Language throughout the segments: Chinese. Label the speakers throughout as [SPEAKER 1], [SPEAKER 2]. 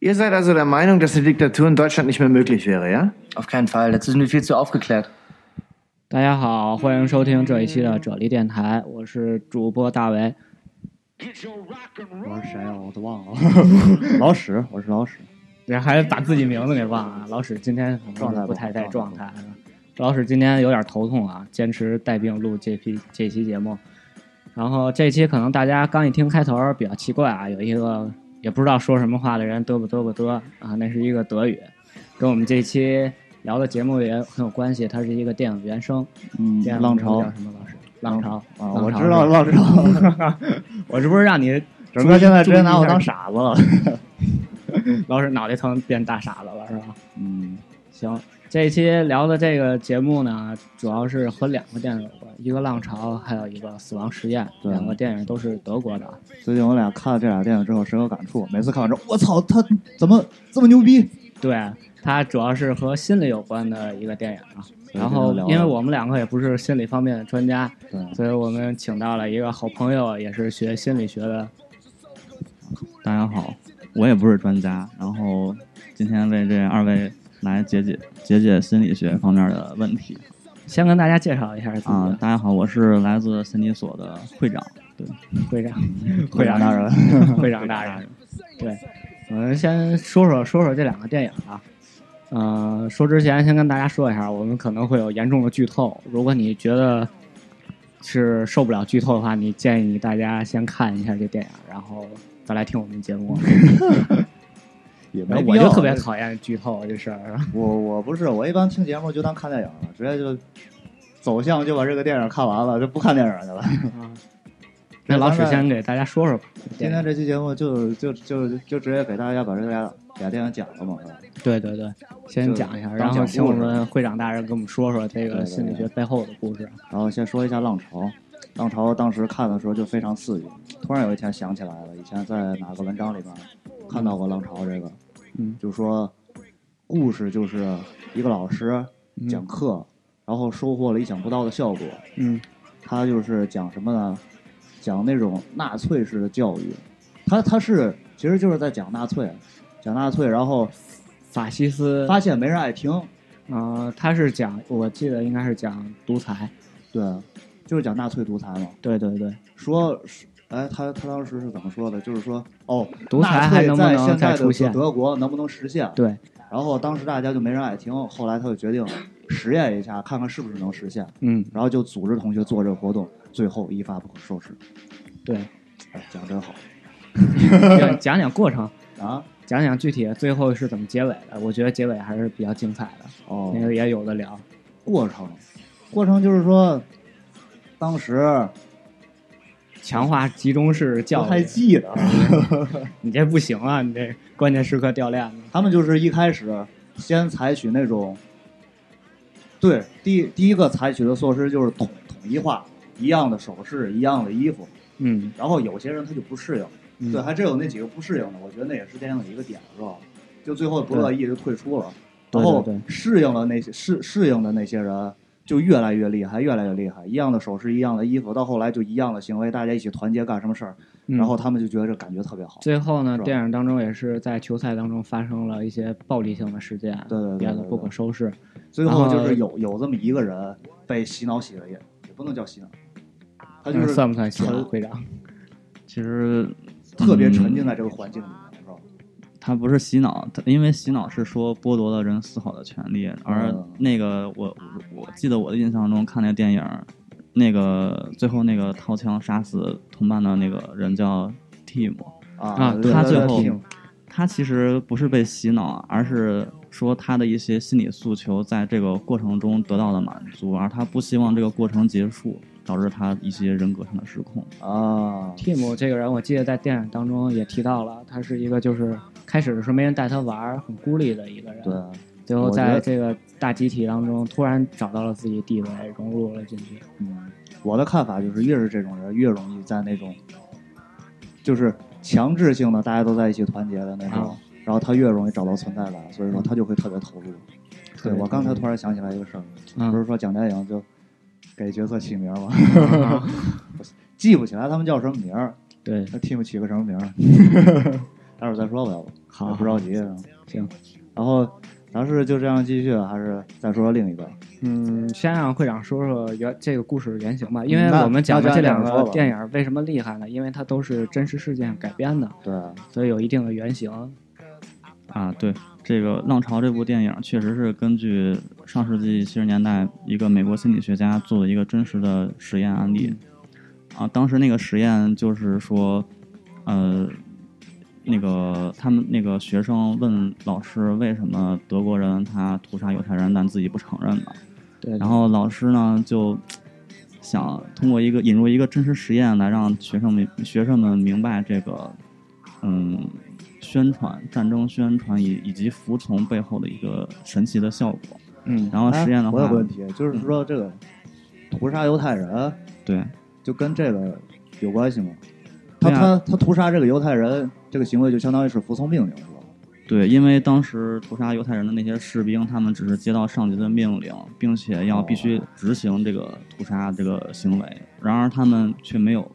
[SPEAKER 1] Ihr seid also der Meinung, dass die Diktatur in Deutschland nicht mehr möglich wäre, ja?
[SPEAKER 2] Auf keinen Fall, dazu sind wir viel zu aufgeklärt.
[SPEAKER 3] 大家好，欢迎收听这一期的啫喱电台，我是主播大为。
[SPEAKER 4] 我是谁啊？我都忘了。老史，我是老史。
[SPEAKER 3] 这还把自己名字给忘了。老史今天可能不太在状态，老史今天有点头痛啊，坚持带病录这期这期节目。然后这期可能大家刚一听开头比较奇怪啊，有一个也不知道说什么话的人嘚啵嘚啵嘚啊，那是一个德语，跟我们这期聊的节目也很有关系，它是一个电影原声。
[SPEAKER 4] 嗯
[SPEAKER 3] 电，影
[SPEAKER 4] 浪
[SPEAKER 3] 名字
[SPEAKER 4] 潮
[SPEAKER 3] 叫什么老师？浪潮
[SPEAKER 4] 啊，
[SPEAKER 3] 浪
[SPEAKER 4] 我
[SPEAKER 3] 潮
[SPEAKER 4] 知道浪潮。
[SPEAKER 3] 我是不是让你
[SPEAKER 4] 整个现在直接拿我
[SPEAKER 3] 注意一
[SPEAKER 4] 当
[SPEAKER 3] 下
[SPEAKER 4] 傻子 了。
[SPEAKER 3] 老是脑袋疼变大傻子了是吧？
[SPEAKER 4] 嗯，
[SPEAKER 3] 行，这一期聊的这个节目呢，主要是和两个电影有关，一个《浪潮》，还有一个《死亡实验》，
[SPEAKER 4] 对
[SPEAKER 3] 两个电影都是德国的。
[SPEAKER 4] 最近我俩看了这俩电影之后深有感触，每次看完之后，我操，他怎么这么牛逼？
[SPEAKER 3] 对，它主要是和心理有关的一个电影啊。
[SPEAKER 4] 所以
[SPEAKER 3] 然
[SPEAKER 4] 今天
[SPEAKER 3] 后
[SPEAKER 4] 聊，
[SPEAKER 3] 因为我们两个也不是心理方面的专家，
[SPEAKER 4] 对
[SPEAKER 3] 所以我们请到了一个好朋友，也是学心理学的。
[SPEAKER 5] 大家好，我也不是专家，然后今天为这二位来解解解解心理学方面的问题
[SPEAKER 3] 先跟大家介绍一下自己
[SPEAKER 5] 啊、
[SPEAKER 3] 的
[SPEAKER 5] 大家好，我是来自心理所的会长，对，
[SPEAKER 3] 会长，
[SPEAKER 4] 会长大人，
[SPEAKER 3] 会长大人。对，我们先说说说说这两个电影吧。呃，说之前先跟大家说一下，我们可能会有严重的剧透。如果你觉得是受不了剧透的话，你建议大家先看一下这电影，然后再来听我们节目。
[SPEAKER 4] 也 没
[SPEAKER 3] 然后
[SPEAKER 4] 必
[SPEAKER 3] 我
[SPEAKER 4] 要
[SPEAKER 3] 就特别讨厌剧透这 事儿。
[SPEAKER 4] 我我不是，我一般听节目就当看电影了，直接就走向就把这个电影看完了，就不看电影去了。
[SPEAKER 3] 那老史
[SPEAKER 4] 咱们
[SPEAKER 3] 先给大家说说吧。
[SPEAKER 4] 今天这期节目就就就就直接给大家把这俩俩电影讲了嘛，是啊吧？
[SPEAKER 3] 对对对，先讲一下，
[SPEAKER 4] 当
[SPEAKER 3] 然后
[SPEAKER 4] 讲
[SPEAKER 3] 请
[SPEAKER 4] 故
[SPEAKER 3] 我
[SPEAKER 4] 事
[SPEAKER 3] 们会长大人给我们说说这
[SPEAKER 4] 对
[SPEAKER 3] 个
[SPEAKER 4] 对
[SPEAKER 3] 心理
[SPEAKER 4] 对
[SPEAKER 3] 学背后的故事。
[SPEAKER 4] 然后先说一下《浪潮》，《浪潮》当时看的时候就非常刺激，突然有一天想起来了，以前在哪个文章里边看到过《浪潮》这个，
[SPEAKER 3] 嗯
[SPEAKER 4] 就说故事就是一个老师讲课，然后收获了意想不到的效果。
[SPEAKER 3] 嗯
[SPEAKER 4] 他就是讲什么呢？讲那种纳粹式的教育，他他是其实就是在讲纳粹，讲纳粹，然后
[SPEAKER 3] 法西斯
[SPEAKER 4] 发现没人爱听，
[SPEAKER 3] 呃，他是讲，我记得应该是讲独裁。
[SPEAKER 4] 对，就是讲纳粹独裁嘛。
[SPEAKER 3] 对对对，
[SPEAKER 4] 说，哎，他他当时是怎么说的？就是说，哦，
[SPEAKER 3] 独裁
[SPEAKER 4] 纳
[SPEAKER 3] 还
[SPEAKER 4] 粹
[SPEAKER 3] 能不
[SPEAKER 4] 在
[SPEAKER 3] 能
[SPEAKER 4] 现
[SPEAKER 3] 再
[SPEAKER 4] 在
[SPEAKER 3] 出
[SPEAKER 4] 的
[SPEAKER 3] 现
[SPEAKER 4] 德国能不能实现？
[SPEAKER 3] 对，
[SPEAKER 4] 然后当时大家就没人爱听，后来他就决定实验一下，看看是不是能实现，
[SPEAKER 3] 嗯，
[SPEAKER 4] 然后就组织同学做这个活动，最后一发不可收拾。
[SPEAKER 3] 对，
[SPEAKER 4] 哎，讲真好
[SPEAKER 3] 讲讲讲过程，
[SPEAKER 4] 啊！
[SPEAKER 3] 讲讲具体最后是怎么结尾的。我觉得结尾还是比较精彩的，
[SPEAKER 4] 哦，
[SPEAKER 3] 那个也有的聊。
[SPEAKER 4] 过程，过程就是说，当时
[SPEAKER 3] 强化集中式
[SPEAKER 4] 不
[SPEAKER 3] 教
[SPEAKER 4] 太
[SPEAKER 3] 育，
[SPEAKER 4] 记 得，
[SPEAKER 3] 你这不行啊！你这关键时刻掉链子。
[SPEAKER 4] 他们就是一开始先采取那种，对，第第一个采取的措施就是统统一化，一样的首饰，一样的衣服，
[SPEAKER 3] 嗯，
[SPEAKER 4] 然后有些人他就不适应，对，还真有那几个不适应的，我觉得那也是电影的一个点，是吧？就最后不乐意就退出了，
[SPEAKER 3] 对
[SPEAKER 4] 然后
[SPEAKER 3] 对对
[SPEAKER 4] 适应了那些适适应的那些人就越来越厉害，越来越厉害，一样的首饰，一样的衣服，到后来就一样的行为，大家一起团结干什么事儿，
[SPEAKER 3] 嗯
[SPEAKER 4] 然后他们就觉得这感觉特别好。
[SPEAKER 3] 最后呢，
[SPEAKER 4] 是吧
[SPEAKER 3] 电影当中也是在球赛当中发生了一些暴力性的事件，
[SPEAKER 4] 对对对对
[SPEAKER 3] 变得
[SPEAKER 4] 对
[SPEAKER 3] 不可收拾。
[SPEAKER 4] 最后就是
[SPEAKER 3] 然后
[SPEAKER 4] 有有这么一个人被洗脑洗了也也不能叫洗脑，他就
[SPEAKER 3] 嗯
[SPEAKER 4] 是
[SPEAKER 3] 算不算行啊，
[SPEAKER 4] 沉
[SPEAKER 3] 会长？
[SPEAKER 5] 其实
[SPEAKER 4] 特别沉
[SPEAKER 5] 嗯
[SPEAKER 4] 浸在这个环境里面，是吧？
[SPEAKER 5] 他不是洗脑，他因为洗脑是说剥夺了人思考的权利，而
[SPEAKER 4] 嗯
[SPEAKER 5] 那个我我记得我的印象中看那个电影，那个最后那个掏枪杀死同伴的那个人叫 Tim，
[SPEAKER 3] 啊
[SPEAKER 4] 对
[SPEAKER 5] 他
[SPEAKER 4] 对
[SPEAKER 5] 最
[SPEAKER 4] 对
[SPEAKER 5] 后
[SPEAKER 4] 挺
[SPEAKER 5] 他其实不是被洗脑，而是说他的一些心理诉求在这个过程中得到了满足，而他不希望这个过程结束，导致他一些人格上的失控。
[SPEAKER 4] 啊，
[SPEAKER 3] Tim 这个人，我记得在电影当中也提到了，他是一个就是开始的时候没人带他玩儿，很孤立的一个人。
[SPEAKER 4] 对，
[SPEAKER 3] 最后
[SPEAKER 4] 我觉
[SPEAKER 3] 在
[SPEAKER 4] 得
[SPEAKER 3] 这个大集体当中，突然找到了自己的地位，融入了进去。
[SPEAKER 4] 嗯，我的看法就是，越是这种人，越容易在那种就是强制性的大家都在一起团结的那种，
[SPEAKER 3] 啊
[SPEAKER 4] 然后他越容易找到存在感，所以说他就会特别投入。对
[SPEAKER 3] 别投
[SPEAKER 4] 我刚才突然想起来一个事儿，
[SPEAKER 3] 嗯
[SPEAKER 4] 不是说讲电影就给角色起名吗？
[SPEAKER 3] 啊
[SPEAKER 4] 记不起来他们叫什么名儿，
[SPEAKER 3] 对，
[SPEAKER 4] 那 team 起个什么名儿？待会儿再说吧，要不
[SPEAKER 3] 好，
[SPEAKER 4] 不着急啊。
[SPEAKER 3] 行，
[SPEAKER 4] 然后咱是就这样继续，还是再说说另一个？
[SPEAKER 3] 嗯，先让会长说说原这个故事原型吧，因为
[SPEAKER 4] 那
[SPEAKER 3] 我们讲的
[SPEAKER 4] 那
[SPEAKER 3] 这
[SPEAKER 4] 就
[SPEAKER 3] 两
[SPEAKER 4] 按
[SPEAKER 3] 个
[SPEAKER 4] 两个吧
[SPEAKER 3] 电影为什么厉害呢？因为它都是真实事件改编的，
[SPEAKER 4] 对，
[SPEAKER 3] 所以有一定的原型。
[SPEAKER 5] 啊，对，这个《浪潮》这部电影确实是根据上世纪七十年代一个美国心理学家做的一个真实的实验案例。啊，当时那个实验就是说，呃，那个他们那个学生问老师为什么德国人他屠杀犹太人，但自己不承认嘛？
[SPEAKER 3] 对，
[SPEAKER 5] 然后老师呢就想通过一个引入一个真实实验来让学生们学生们明白这个，嗯，宣传战争宣传以以及服从背后的一个神奇的效果。
[SPEAKER 3] 嗯，
[SPEAKER 5] 然后实验的
[SPEAKER 4] 哎
[SPEAKER 5] 话，
[SPEAKER 4] 我有个问题，就是说这个屠杀犹太人，
[SPEAKER 5] 对，
[SPEAKER 4] 就跟这个有关系吗？他
[SPEAKER 5] 对啊
[SPEAKER 4] 他他屠杀这个犹太人，这个行为就相当于是服从命令，是吧？
[SPEAKER 5] 对，因为当时屠杀犹太人的那些士兵，他们只是接到上级的命令，并且要必须执行这个屠杀这个行为，然而他们却没有，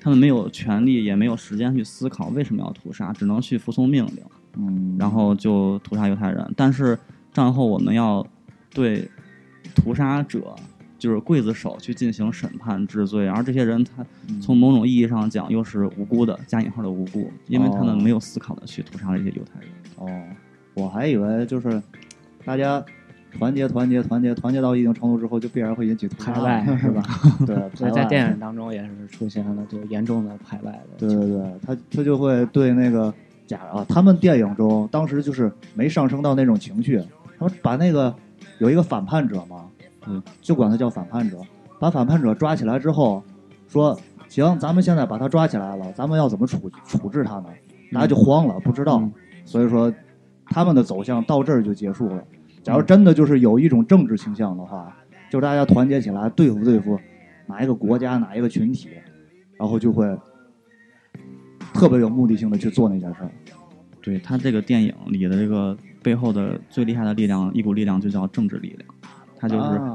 [SPEAKER 5] 他们没有权利，也没有时间去思考为什么要屠杀，只能去服从命令，
[SPEAKER 4] 嗯
[SPEAKER 5] 然后就屠杀犹太人。但是战后我们要对屠杀者。就是刽子手去进行审判治罪，而这些人他
[SPEAKER 4] 嗯
[SPEAKER 5] 从某种意义上讲又是无辜的，加引号的无辜，因为他们
[SPEAKER 4] 哦
[SPEAKER 5] 没有思考的去屠杀了这些犹太人。
[SPEAKER 4] 哦，我还以为就是大家团结团结团结团结到一定程度之后，就必然会引起屠杀
[SPEAKER 3] 排外是吧？
[SPEAKER 4] 对，
[SPEAKER 3] 所
[SPEAKER 4] 排
[SPEAKER 3] 以在
[SPEAKER 4] 外
[SPEAKER 3] 电影当中也是出现了这个严重的排外的
[SPEAKER 4] 对对对，他他就会对那个假啊，他们电影中当时就是没上升到那种情绪，他们把那个有一个反叛者嘛，
[SPEAKER 5] 嗯，
[SPEAKER 4] 就管他叫反叛者，把反叛者抓起来之后，说行，咱们现在把他抓起来了，咱们要怎么处处置他呢？大家就慌了，不知道，
[SPEAKER 3] 嗯
[SPEAKER 4] 所以说他们的走向到这儿就结束了。
[SPEAKER 3] 嗯
[SPEAKER 4] 假如真的就是有一种政治倾向的话，就大家团结起来对付对付哪一个国家哪一个群体，然后就会特别有目的性的去做那件事儿。
[SPEAKER 5] 对他这个电影里的这个背后的最厉害的力量，一股力量就叫政治力量，它就是、
[SPEAKER 4] 啊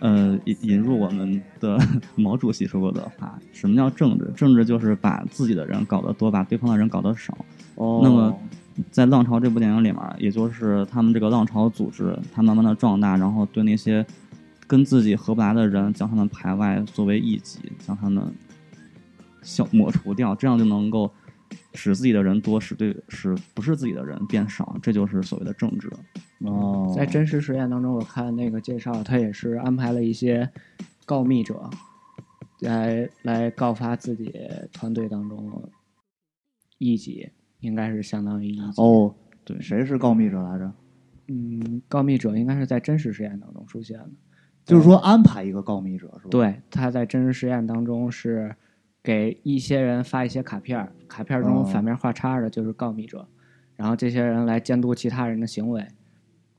[SPEAKER 5] 呃引引入我们的 毛主席说过的话，什么叫政治？政治就是把自己的人搞得多，把对方的人搞得少。
[SPEAKER 4] 哦，
[SPEAKER 5] 那么在《浪潮》这部电影里面，也就是他们这个浪潮组织，它慢慢的壮大，然后对那些跟自己合不来的人，将他们排外作为异己，将他们消抹除掉，这样就能够使自己的人多，使对使不是自己的人变少，这就是所谓的政治。
[SPEAKER 4] 哦，
[SPEAKER 3] 在真实实验当中，我看那个介绍，他也是安排了一些告密者来来告发自己团队当中异己，应该是相当于异己。
[SPEAKER 4] 哦，
[SPEAKER 5] 对
[SPEAKER 4] 谁是告密者来着？
[SPEAKER 3] 嗯，告密者应该是在真实实验当中出现的。
[SPEAKER 4] 嗯就是说安排一个告密者是吧？，
[SPEAKER 3] 对，他在真实实验当中是给一些人发一些卡片儿，卡片儿中
[SPEAKER 4] 哦
[SPEAKER 3] 反面画叉的就是告密者，然后这些人来监督其他人的行为。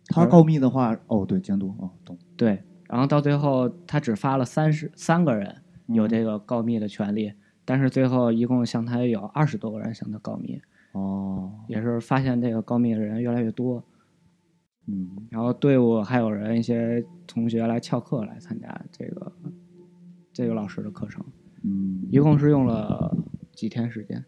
[SPEAKER 4] 他告密的话，哦，对，监督哦，懂。
[SPEAKER 3] 对，然后到最后他只发了三十三个人有这个告密的权利，但是最后一共向他有二十多个人向他告密，
[SPEAKER 4] 哦，
[SPEAKER 3] 也是发现这个告密的人越来越多，
[SPEAKER 4] 嗯，
[SPEAKER 3] 然后队伍还有人一些同学来翘课来参加这个这个老师的课程，
[SPEAKER 4] 嗯，
[SPEAKER 3] 一共是用了几天时间？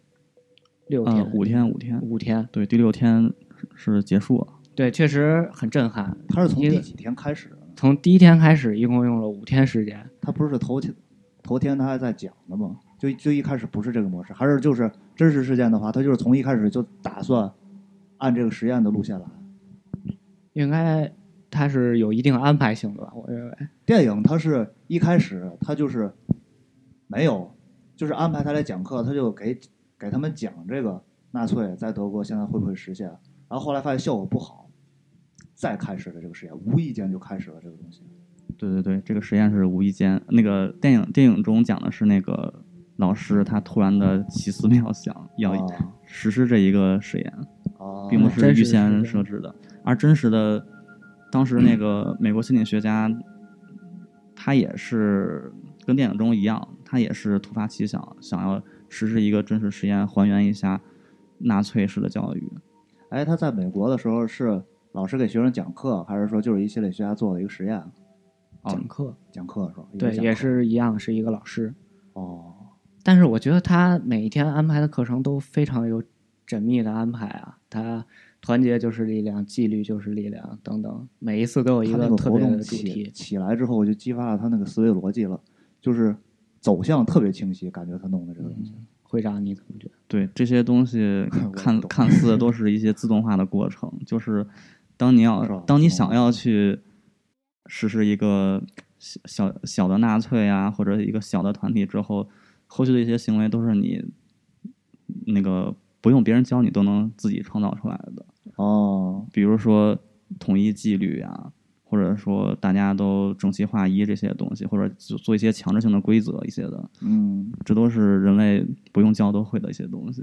[SPEAKER 3] 六
[SPEAKER 5] 呃
[SPEAKER 3] 天，，
[SPEAKER 5] 五天五天，
[SPEAKER 3] 五天，
[SPEAKER 5] 对，第六天是是结束了。
[SPEAKER 3] 对，确实很震撼。
[SPEAKER 4] 他是从
[SPEAKER 3] 一
[SPEAKER 4] 第
[SPEAKER 3] 个
[SPEAKER 4] 几天开始的呢？
[SPEAKER 3] 从第一天开始，一共用了五天时间，
[SPEAKER 4] 他不是头天头天他还在讲的吗？就就一开始不是这个模式，还是就是真实事件的话，他就是从一开始就打算按这个实验的路线来。
[SPEAKER 3] 应该它是有一定安排性的吧？我认为。
[SPEAKER 4] 电影它是一开始它就是没有，就是安排他来讲课，他就给给他们讲这个纳粹在德国现在会不会实现，然后后来发现效果不好，再开始了这个实验，无意间就开始了这个东西。
[SPEAKER 3] 嗯
[SPEAKER 5] 对对对，这个实验是无意间。那个电影电影中讲的是那个老师他突然的奇思妙想，要
[SPEAKER 4] 啊
[SPEAKER 5] 实施这一个实验，
[SPEAKER 4] 啊，
[SPEAKER 5] 并不
[SPEAKER 3] 真
[SPEAKER 5] 是
[SPEAKER 3] 实是
[SPEAKER 5] 预先
[SPEAKER 3] 这样
[SPEAKER 5] 设置的。而真实的，当时那个美国心理学家，他也是跟电影中一样，他也是突发奇想，想要实施一个真实实验，还原一下纳粹式的教育。
[SPEAKER 4] 哎，他在美国的时候是老师给学生讲课，还是说就是一心理学家做了一个实验
[SPEAKER 5] 哦
[SPEAKER 3] 讲，课，
[SPEAKER 4] 讲课是吧？一个
[SPEAKER 3] 对，
[SPEAKER 4] 讲
[SPEAKER 3] 也
[SPEAKER 4] 课
[SPEAKER 3] 是一样，是一个老师。
[SPEAKER 4] 哦，
[SPEAKER 3] 但是我觉得他每一天安排的课程都非常有缜密的安排啊，他团结就是力量，纪律就是力量等等，每一次都有一
[SPEAKER 4] 他那个
[SPEAKER 3] 特
[SPEAKER 4] 活
[SPEAKER 3] 别的
[SPEAKER 4] 动
[SPEAKER 3] 主
[SPEAKER 4] 起
[SPEAKER 3] 题。
[SPEAKER 4] 起来之后，我就激发了他那个思维逻辑了，就是走向特别清晰，感觉他弄的这个东西。
[SPEAKER 3] 会长，你怎么觉得？
[SPEAKER 5] 对这些东西
[SPEAKER 4] 我
[SPEAKER 5] 看
[SPEAKER 4] 懂
[SPEAKER 5] 看似都是一些自动化的过程，就是当你要
[SPEAKER 4] 是吧
[SPEAKER 5] 当你想要去实施一个小小小的纳粹啊，或者一个小的团体之后，后续的一些行为都是你那个不用别人教你都能自己创造出来的，
[SPEAKER 4] 哦，
[SPEAKER 5] 比如说统一纪律啊。或者说大家都整齐划一这些东西，或者做做一些强制性的规则一些的，
[SPEAKER 4] 嗯，
[SPEAKER 5] 这都是人类不用教都会的一些东西。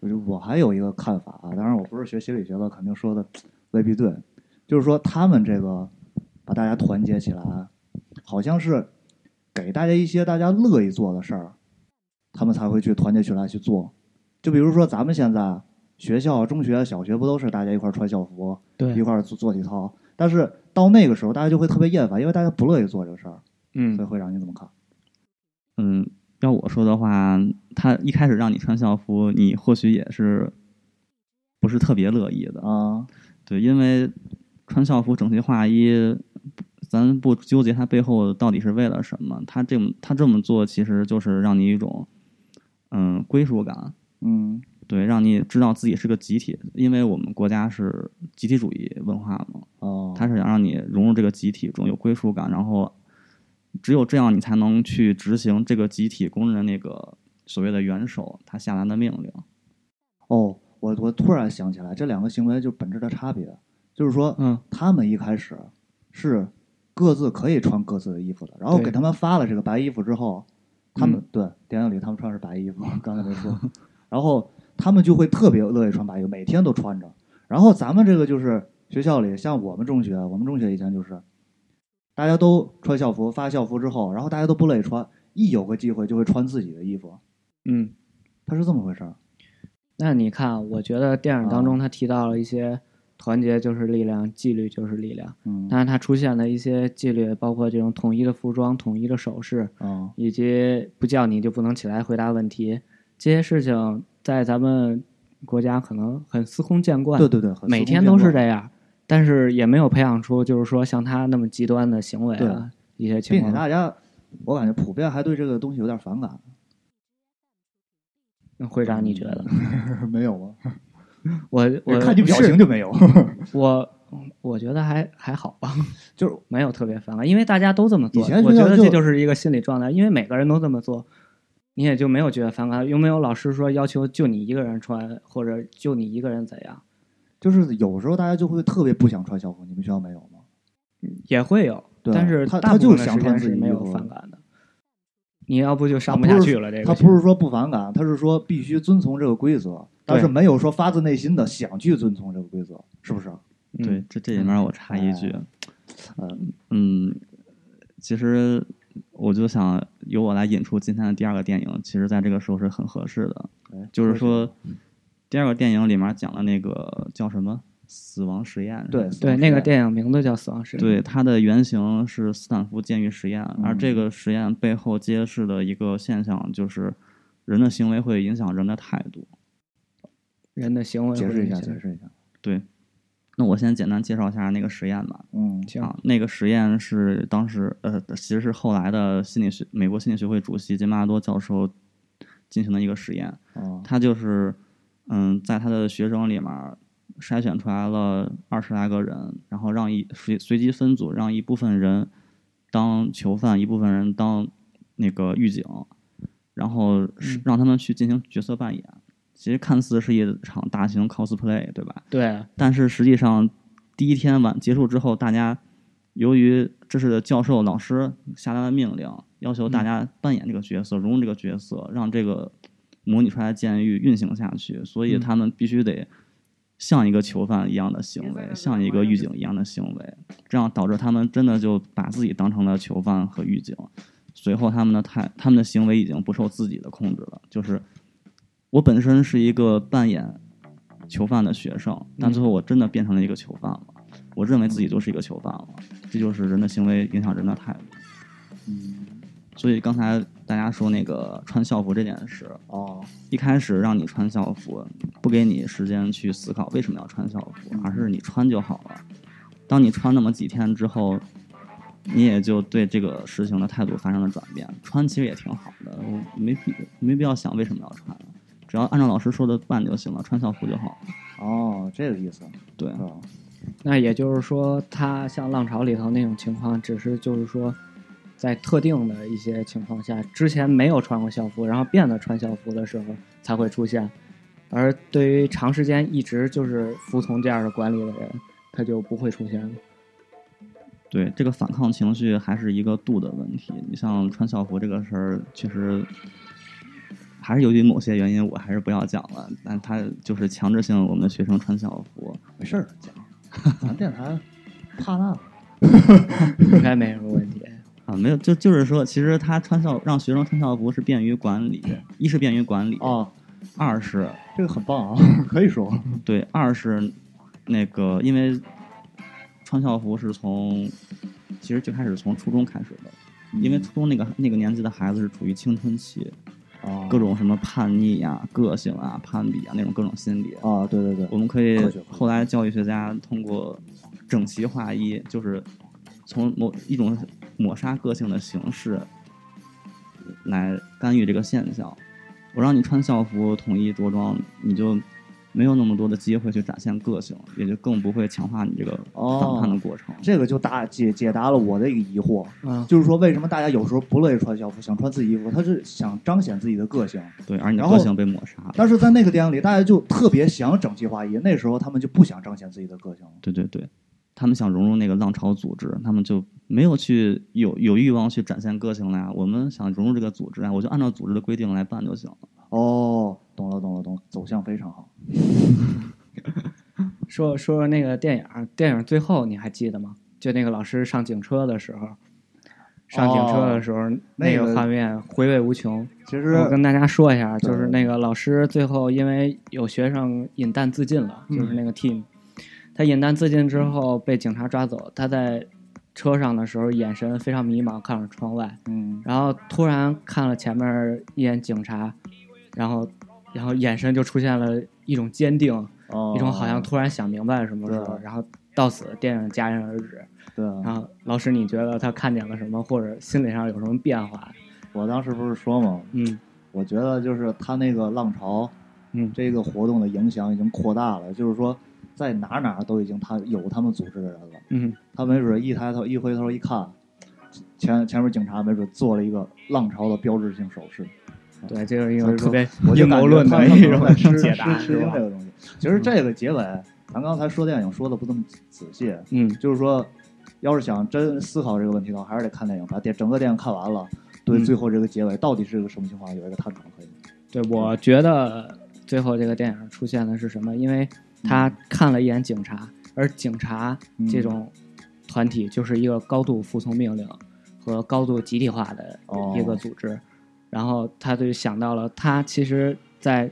[SPEAKER 4] 我就我还有一个看法啊，当然我不是学心理学的，肯定说的未必对，就是说他们这个把大家团结起来，好像是给大家一些大家乐意做的事儿，他们才会去团结起来去做。就比如说咱们现在学校、中学、小学不都是大家一块儿穿校服，一
[SPEAKER 3] 对，
[SPEAKER 4] 块儿做做体操，但是到那个时候大家就会特别厌烦，因为大家不乐意做这个事儿。
[SPEAKER 3] 嗯
[SPEAKER 4] 所以，会长你怎么看？
[SPEAKER 5] 嗯，要我说的话，他一开始让你穿校服，你或许也是不是特别乐意的。
[SPEAKER 4] 啊，
[SPEAKER 5] 对，因为穿校服整齐划一，咱不纠结他背后到底是为了什么。他这么他这么做，其实就是让你一种嗯归属感，
[SPEAKER 4] 嗯
[SPEAKER 5] 对，让你知道自己是个集体。因为我们国家是集体主义文化嘛，
[SPEAKER 4] 哦，
[SPEAKER 5] 他是想让你融入这个集体中，有归属感，然后只有这样，你才能去执行这个集体工人那个所谓的元首他下达的命令。
[SPEAKER 4] 哦，我我突然想起来，这两个行为就本质的差别，就是说，
[SPEAKER 5] 嗯，
[SPEAKER 4] 他们一开始是各自可以穿各自的衣服的，然后
[SPEAKER 3] 对
[SPEAKER 4] 给他们发了这个白衣服之后，他们、对电影里他们穿的是白衣服，刚才没说，然后他们就会特别乐意穿白衣服，每天都穿着。然后咱们这个就是学校里，像我们中学，我们中学以前就是大家都穿校服，发校服之后，然后大家都不乐意穿，一有个机会就会穿自己的衣服，
[SPEAKER 3] 嗯。
[SPEAKER 4] 它是这么回事儿。
[SPEAKER 3] 那你看，啊我觉得电影当
[SPEAKER 4] 啊
[SPEAKER 3] 中他提到了一些团结就是力量，纪律就是力量，
[SPEAKER 4] 嗯，
[SPEAKER 3] 但是它出现的一些纪律，包括这种统一的服装、统一的首饰，
[SPEAKER 4] 嗯
[SPEAKER 3] 以及不叫你就不能起来回答问题，这些事情在咱们国家可能很司空见惯，
[SPEAKER 4] 对对对，很司
[SPEAKER 3] 每
[SPEAKER 4] 空
[SPEAKER 3] 天
[SPEAKER 4] 见
[SPEAKER 3] 都
[SPEAKER 4] 惯
[SPEAKER 3] 是这样，但是也没有培养出就是说像他那么极端的行为啊，一些情
[SPEAKER 4] 并且
[SPEAKER 3] 况，
[SPEAKER 4] 大家，我感觉普遍还对这个东西有点反感。
[SPEAKER 3] 那会长你觉得？
[SPEAKER 4] 没有啊吗？
[SPEAKER 3] 我我
[SPEAKER 4] 嗯看你表
[SPEAKER 3] 是
[SPEAKER 4] 情就没有。
[SPEAKER 3] 我我觉得还还好吧，
[SPEAKER 4] 就是
[SPEAKER 3] 没有特别反感，因为大家都这么做
[SPEAKER 4] 以前，
[SPEAKER 3] 我
[SPEAKER 4] 学
[SPEAKER 3] 觉
[SPEAKER 4] 校
[SPEAKER 3] 得
[SPEAKER 4] 就
[SPEAKER 3] 这就是一个心理状态，因为每个人都这么做，你也就没有觉得反感。有没有老师说要求就你一个人穿，或者就你一个人怎样？
[SPEAKER 4] 就是有时候大家就会特别不想穿校服，你们学校没有吗？
[SPEAKER 3] 也会有，
[SPEAKER 4] 对
[SPEAKER 3] 但是
[SPEAKER 4] 他
[SPEAKER 3] 大
[SPEAKER 4] 他
[SPEAKER 3] 部分
[SPEAKER 4] 就是
[SPEAKER 3] 的
[SPEAKER 4] 想
[SPEAKER 3] 时
[SPEAKER 4] 穿
[SPEAKER 3] 间
[SPEAKER 4] 自己
[SPEAKER 3] 是
[SPEAKER 4] 衣
[SPEAKER 3] 没有
[SPEAKER 4] 服
[SPEAKER 3] 反感的。你要不就上不
[SPEAKER 4] 他
[SPEAKER 3] 下
[SPEAKER 4] 不是
[SPEAKER 3] 去了，这个
[SPEAKER 4] 他不是说不反感，他是说必须遵从这个规则，但是没有说发自内心的想去遵从这个规则，是不是？啊
[SPEAKER 3] 嗯
[SPEAKER 5] 对，这这里面我插一句，
[SPEAKER 4] 嗯
[SPEAKER 5] 嗯，其实我就想由我来引出今天的第二个电影，其实在这个时候是很合适的，
[SPEAKER 4] 哎
[SPEAKER 5] 就是说，第二个电影里面讲的那个叫什么死亡实验，
[SPEAKER 4] 对
[SPEAKER 3] 对那个电影名字叫《死亡实验》，
[SPEAKER 5] 对，它的原型是斯坦福监狱实验，而
[SPEAKER 4] 嗯
[SPEAKER 5] 这个实验背后揭示的一个现象就是，人的行为会影响人的态度。
[SPEAKER 3] 人的行为
[SPEAKER 4] 解
[SPEAKER 3] 会
[SPEAKER 4] 释一
[SPEAKER 3] 影
[SPEAKER 4] 下，
[SPEAKER 3] 响
[SPEAKER 4] 解释一下。
[SPEAKER 5] 对，那我先简单介绍一下那个实验吧。
[SPEAKER 4] 嗯
[SPEAKER 3] 行
[SPEAKER 5] 啊，那个实验是当时呃，其实是后来的心理学美国心理学会主席金巴多教授进行的一个实验。
[SPEAKER 4] 啊
[SPEAKER 5] 他就是嗯，在他的学生里面儿筛选出来了二十来个人，然后让一随随机分组，让一部分人当囚犯，一部分人当那个狱警，然后是让他们去进行角色扮演。其实看似是一场大型 cosplay，对吧？
[SPEAKER 3] 对
[SPEAKER 5] 但是实际上，第一天晚结束之后，大家由于这是教授老师下达的命令，要求大家扮演这个角色，融入这个角色，让这个模拟出来的监狱运行下去，所以他们必须得像一个囚犯一样的行为，像一个狱警一样的行为，这样导致他们真的就把自己当成了囚犯和狱警。随后，他们的态，他们的行为已经不受自己的控制了。就是我本身是一个扮演囚犯的学生，但最后我真的变成了一个囚犯了。我认为自己就是一个囚犯了，这就是人的行为影响人的态度。
[SPEAKER 4] 嗯
[SPEAKER 5] 所以刚才大家说那个穿校服这件事，
[SPEAKER 4] 哦
[SPEAKER 5] 一开始让你穿校服，不给你时间去思考为什么要穿校服，而是你穿就好了。当你穿那么几天之后，你也就对这个事情的态度发生了转变。穿其实也挺好的，我没必没必要想为什么要穿，只要按照老师说的办就行了，穿校服就好了。
[SPEAKER 4] 哦，这个意思
[SPEAKER 5] 对
[SPEAKER 4] 是，吧？
[SPEAKER 3] 那也就是说，他像浪潮里头那种情况，只是就是说，在特定的一些情况下，之前没有穿过校服，然后变得穿校服的时候才会出现。而对于长时间一直就是服从这样的管理的人，他就不会出现了。
[SPEAKER 5] 对，这个反抗情绪还是一个度的问题。你像穿校服这个事儿，确实还是由于某些原因，我还是不要讲了。但他就是强制性我们的学生穿校服，
[SPEAKER 4] 没事儿，讲， 咱电台怕那个。
[SPEAKER 3] 应该没什么问题。
[SPEAKER 5] 啊，没有，就就是说，其实他穿校让学生穿校服是便于管理，一是便于管理，
[SPEAKER 4] 哦，
[SPEAKER 5] 二是
[SPEAKER 4] 这个很棒啊， 可以说
[SPEAKER 5] 对，二是那个因为穿校服是从其实最开始从初中开始的，因为初中那个那个年纪的孩子是处于青春期，
[SPEAKER 4] 哦
[SPEAKER 5] 各种什么叛逆呀、个性啊、攀比啊那种各种心理。
[SPEAKER 4] 啊，对对对，
[SPEAKER 5] 我们可以
[SPEAKER 4] 科学
[SPEAKER 5] 后来教育学家通过整齐划一，就是从某一种抹杀个性的形式来干预这个现象。我让你穿校服，统一着装，你就没有那么多的机会去展现个性，也就更不会强化你这个反叛的过程。
[SPEAKER 4] 哦这个就答解解答了我的一个疑惑，
[SPEAKER 3] 嗯，
[SPEAKER 4] 就是说为什么大家有时候不乐意穿校服，想穿自己衣服，他是想彰显自己的个性，
[SPEAKER 5] 对，而你的
[SPEAKER 4] 然后
[SPEAKER 5] 个性被抹杀了。
[SPEAKER 4] 但是在那个电影里，大家就特别想整齐划一，那时候他们就不想彰显自己的个性了。
[SPEAKER 5] 对对对，他们想融入那个浪潮组织，他们就没有去有有欲望去展现个性啦。我们想融入这个组织啊，我就按照组织的规定来办就行了。
[SPEAKER 4] 哦，懂了懂了懂了，走向非常好。
[SPEAKER 3] 说说说那个电影儿，电影儿最后你还记得吗？就那个老师上警车的时候，上警车的时候、那
[SPEAKER 4] 哦那个
[SPEAKER 3] 个画面回味无穷。
[SPEAKER 4] 其
[SPEAKER 3] 我
[SPEAKER 4] 实
[SPEAKER 3] 跟大家说一下，就是
[SPEAKER 4] 对
[SPEAKER 3] 那个老师最后因为有学生饮弹自尽了，就是
[SPEAKER 4] 嗯
[SPEAKER 3] 那个 team，、他饮弹自尽之后被警察抓走，他在车上的时候眼神非常迷茫，看着窗外，
[SPEAKER 4] 嗯，
[SPEAKER 3] 然后突然看了前面一眼警察，然后然后眼神就出现了一种坚定，
[SPEAKER 4] 哦
[SPEAKER 3] 一种好像突然想明白了什么时候，
[SPEAKER 4] 对
[SPEAKER 3] 然后到此电影戛然而止。
[SPEAKER 4] 对，
[SPEAKER 3] 然后老师，你觉得他看见了什么，或者心理上有什么变化？
[SPEAKER 4] 我当时不是说嘛，
[SPEAKER 3] 嗯
[SPEAKER 4] 我觉得就是他那个浪潮
[SPEAKER 3] 嗯，
[SPEAKER 4] 这个活动的影响已经扩大了，就是说在哪儿哪儿都已经他有他们组织的人了。
[SPEAKER 3] 嗯，
[SPEAKER 4] 他没准一抬头一回头一看，前前面警察没准做了一个浪潮的标志性手势。
[SPEAKER 3] 对，这是一
[SPEAKER 4] 所
[SPEAKER 3] 种
[SPEAKER 4] 以说
[SPEAKER 3] 特别
[SPEAKER 4] 我就
[SPEAKER 3] 阴
[SPEAKER 4] 感
[SPEAKER 3] 谋
[SPEAKER 4] 觉
[SPEAKER 3] 论
[SPEAKER 4] 他
[SPEAKER 3] 的
[SPEAKER 4] 们
[SPEAKER 3] 一
[SPEAKER 4] 可能
[SPEAKER 3] 种
[SPEAKER 4] 在吃
[SPEAKER 3] 解答，
[SPEAKER 4] 吃吃
[SPEAKER 3] 是
[SPEAKER 4] 惊
[SPEAKER 3] 吧嗯
[SPEAKER 4] 这？个东西。其实这个结尾，咱刚才说电影说的不这么仔细，
[SPEAKER 3] 嗯，
[SPEAKER 4] 就是说，要是想真思考这个问题的话，还是得看电影，把电整个电影看完了，对
[SPEAKER 3] 嗯
[SPEAKER 4] 最后这个结尾到底是个什么情况有一个探讨可以。
[SPEAKER 3] 对，我觉得最后这个电影出现的是什么？因为他
[SPEAKER 4] 嗯
[SPEAKER 3] 看了一眼警察，而警察这种团体就是一个高度服从命令和高度集体化的一个
[SPEAKER 4] 哦
[SPEAKER 3] 组织。然后他就想到了，他其实，在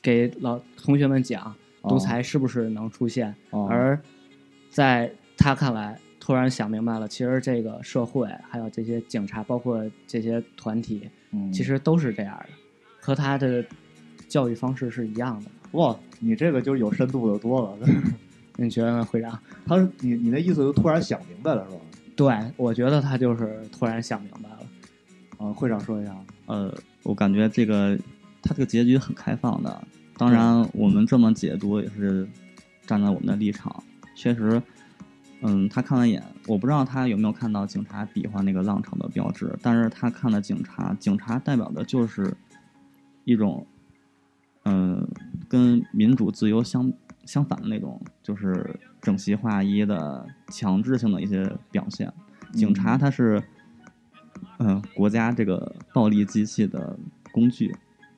[SPEAKER 3] 给老同学们讲独
[SPEAKER 4] 哦
[SPEAKER 3] 裁是不是能出现，
[SPEAKER 4] 哦
[SPEAKER 3] 而在他看来。突然想明白了，其实这个社会还有这些警察，包括这些团体，
[SPEAKER 4] 嗯，
[SPEAKER 3] 其实都是这样的，和他的教育方式是一样的。
[SPEAKER 4] 哇，你这个就有深度的多了。
[SPEAKER 3] 你觉得呢，会长？
[SPEAKER 4] 他是你你的意思就突然想明白了是吧？
[SPEAKER 3] 对，我觉得他就是突然想明白了。
[SPEAKER 4] 啊，会长说一下。
[SPEAKER 5] 呃，我感觉这个他这个结局很开放的。当然，我们这么解读也是站在我们的立场，确实，嗯，他看了一眼，我不知道他有没有看到警察比划那个浪潮的标志，但是他看了警察，警察代表的就是一种，嗯、跟民主自由相相反的那种，就是整齐划一的强制性的一些表现。警察他是，嗯、国家这个暴力机器的工具，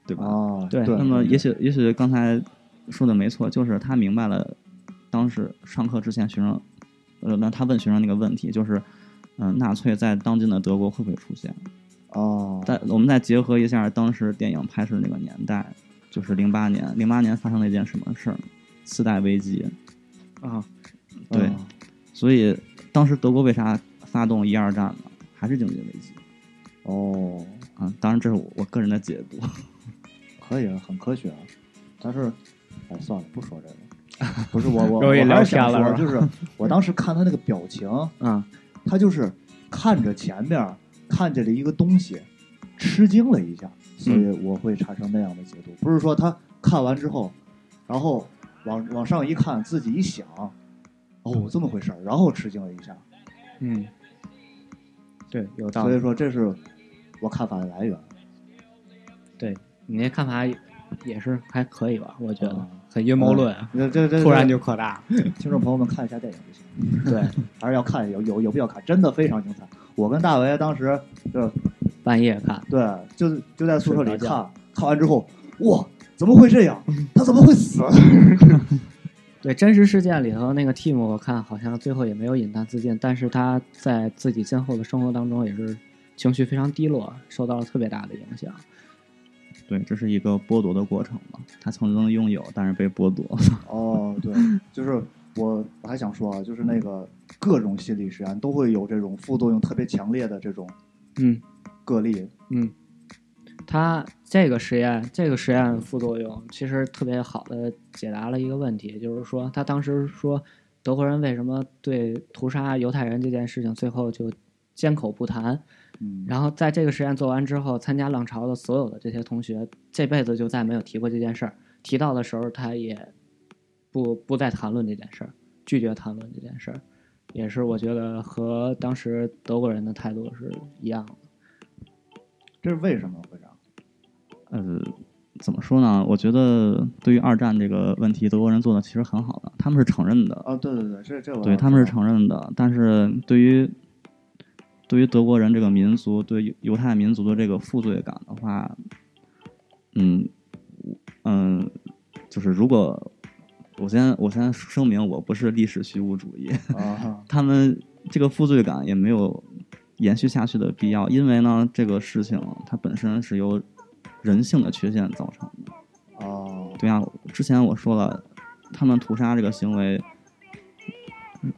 [SPEAKER 5] 对吧？
[SPEAKER 4] 哦，
[SPEAKER 3] 对嗯
[SPEAKER 5] 那么也许也许刚才说的没错，就是他明白了，当时上课之前学生，呃，那他问学生那个问题就是，嗯、纳粹在当今的德国会不会出现？
[SPEAKER 4] 哦，
[SPEAKER 5] 再我们再结合一下当时电影拍摄那个年代，就是零八年，零八年发生了一件什么事儿？次贷危机。
[SPEAKER 3] 啊，
[SPEAKER 5] 对，
[SPEAKER 4] 嗯
[SPEAKER 5] 所以当时德国为啥发动一二战呢？还是经济危机
[SPEAKER 4] 哦，
[SPEAKER 5] 啊？当然这是我我个人的解读。
[SPEAKER 4] 可以，很科学。但是哎，算了，不说这个。不是我 我
[SPEAKER 3] 容易
[SPEAKER 4] 我
[SPEAKER 3] 聊
[SPEAKER 4] 还是想
[SPEAKER 3] 偏了
[SPEAKER 4] 说，
[SPEAKER 3] 是吧
[SPEAKER 4] 就是我当时看他那个表情，
[SPEAKER 3] 嗯，
[SPEAKER 4] 他就是看着前面儿看见了一个东西，吃惊了一下，所以
[SPEAKER 3] 嗯
[SPEAKER 4] 我会产生那样的解读。不是说他看完之后，然后往往上一看，自己一想，哦，这么回事儿，然后吃惊了一下。
[SPEAKER 3] 嗯，对，有道
[SPEAKER 4] 所
[SPEAKER 3] 理
[SPEAKER 4] 以。说，这是我看法的来源。
[SPEAKER 3] 你那看法也是还可以吧？我觉得
[SPEAKER 4] 嗯
[SPEAKER 3] 很阴谋论，
[SPEAKER 4] 这这这
[SPEAKER 3] 突然就扩大了。
[SPEAKER 4] 听众朋友们看一下电影就行，
[SPEAKER 3] 对，
[SPEAKER 4] 还是要看有有有必要看，真的非常精彩。我跟大为当时就是
[SPEAKER 3] 半夜看，
[SPEAKER 4] 对，就就在宿舍里
[SPEAKER 3] 睡不着
[SPEAKER 4] 看，看完之后，哇，怎么会这样？他怎么 会死？
[SPEAKER 3] 对真实事件里头那个 team，我看好像最后也没有引他自尽，但是他在自己今后的生活当中也是情绪非常低落，受到了特别大的影响。
[SPEAKER 5] 对，这是一个剥夺的过程嘛。他曾经拥有，但是被剥夺。
[SPEAKER 4] 哦，对，就是我我还想说啊，就是那个各种心理实验都会有这种副作用特别强烈的这种
[SPEAKER 3] 嗯
[SPEAKER 4] 个例，
[SPEAKER 3] 嗯，他这个实验，这个实验副作用其实特别好的解答了一个问题，就是说他当时说德国人为什么对屠杀犹太人这件事情最后就缄口不谈，
[SPEAKER 4] 嗯，
[SPEAKER 3] 然后在这个实验做完之后，参加浪潮的所有的这些同学，这辈子就再没有提过这件事儿。提到的时候，他也不不再谈论这件事儿，拒绝谈论这件事儿，也是我觉得和当时德国人的态度是一样的。
[SPEAKER 4] 这是为什么会这样？
[SPEAKER 5] 呃，怎么说呢？我觉得对于二战这个问题，德国人做的其实很好的，他们是承认的，
[SPEAKER 4] 啊，对对对，这这我
[SPEAKER 5] 对
[SPEAKER 4] 要
[SPEAKER 5] 他们是
[SPEAKER 4] 知道
[SPEAKER 5] 承认的。但是对于对于德国人这个民族，对犹犹太民族的这个负罪感的话，嗯嗯，就是如果我先我先声明，我不是历史虚无主义，
[SPEAKER 4] 啊，
[SPEAKER 5] 他们这个负罪感也没有延续下去的必要，因为呢，这个事情它本身是由人性的缺陷造成的。
[SPEAKER 4] 哦，
[SPEAKER 5] 对呀、之前我说了，他们屠杀这个行为，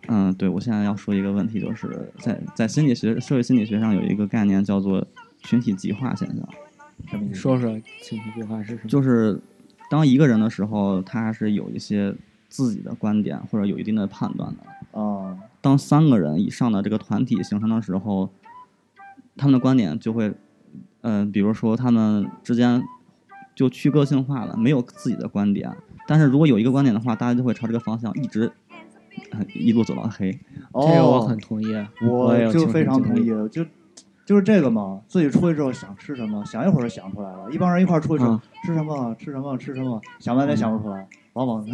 [SPEAKER 5] 嗯，对我现在要说一个问题，就是在在心理学、社会心理学上有一个概念叫做群体极化现象，
[SPEAKER 4] 什么意
[SPEAKER 3] 你
[SPEAKER 4] 思？
[SPEAKER 3] 说说情绪变化是什么？
[SPEAKER 5] 就是当一个人的时候，他还是有一些自己的观点或者有一定的判断的。
[SPEAKER 4] 啊，
[SPEAKER 5] 当三个人以上的这个团体形成的时候，他们的观点就会，嗯、比如说他们之间就去个性化了，没有自己的观点。但是如果有一个观点的话，大家就会朝这个方向一直，呃一路走到黑。
[SPEAKER 4] 哦，
[SPEAKER 3] 这个我很同意，啊也有
[SPEAKER 4] 我就
[SPEAKER 3] 亲身
[SPEAKER 4] 非常
[SPEAKER 3] 经
[SPEAKER 4] 同
[SPEAKER 3] 历
[SPEAKER 4] 意，就就是这个嘛，自己出去之后想吃什么，想一会儿就想出来了，一帮人一块儿出去吃、
[SPEAKER 3] 嗯
[SPEAKER 4] 吃什么吃什么吃什么，想半天想不出来，往往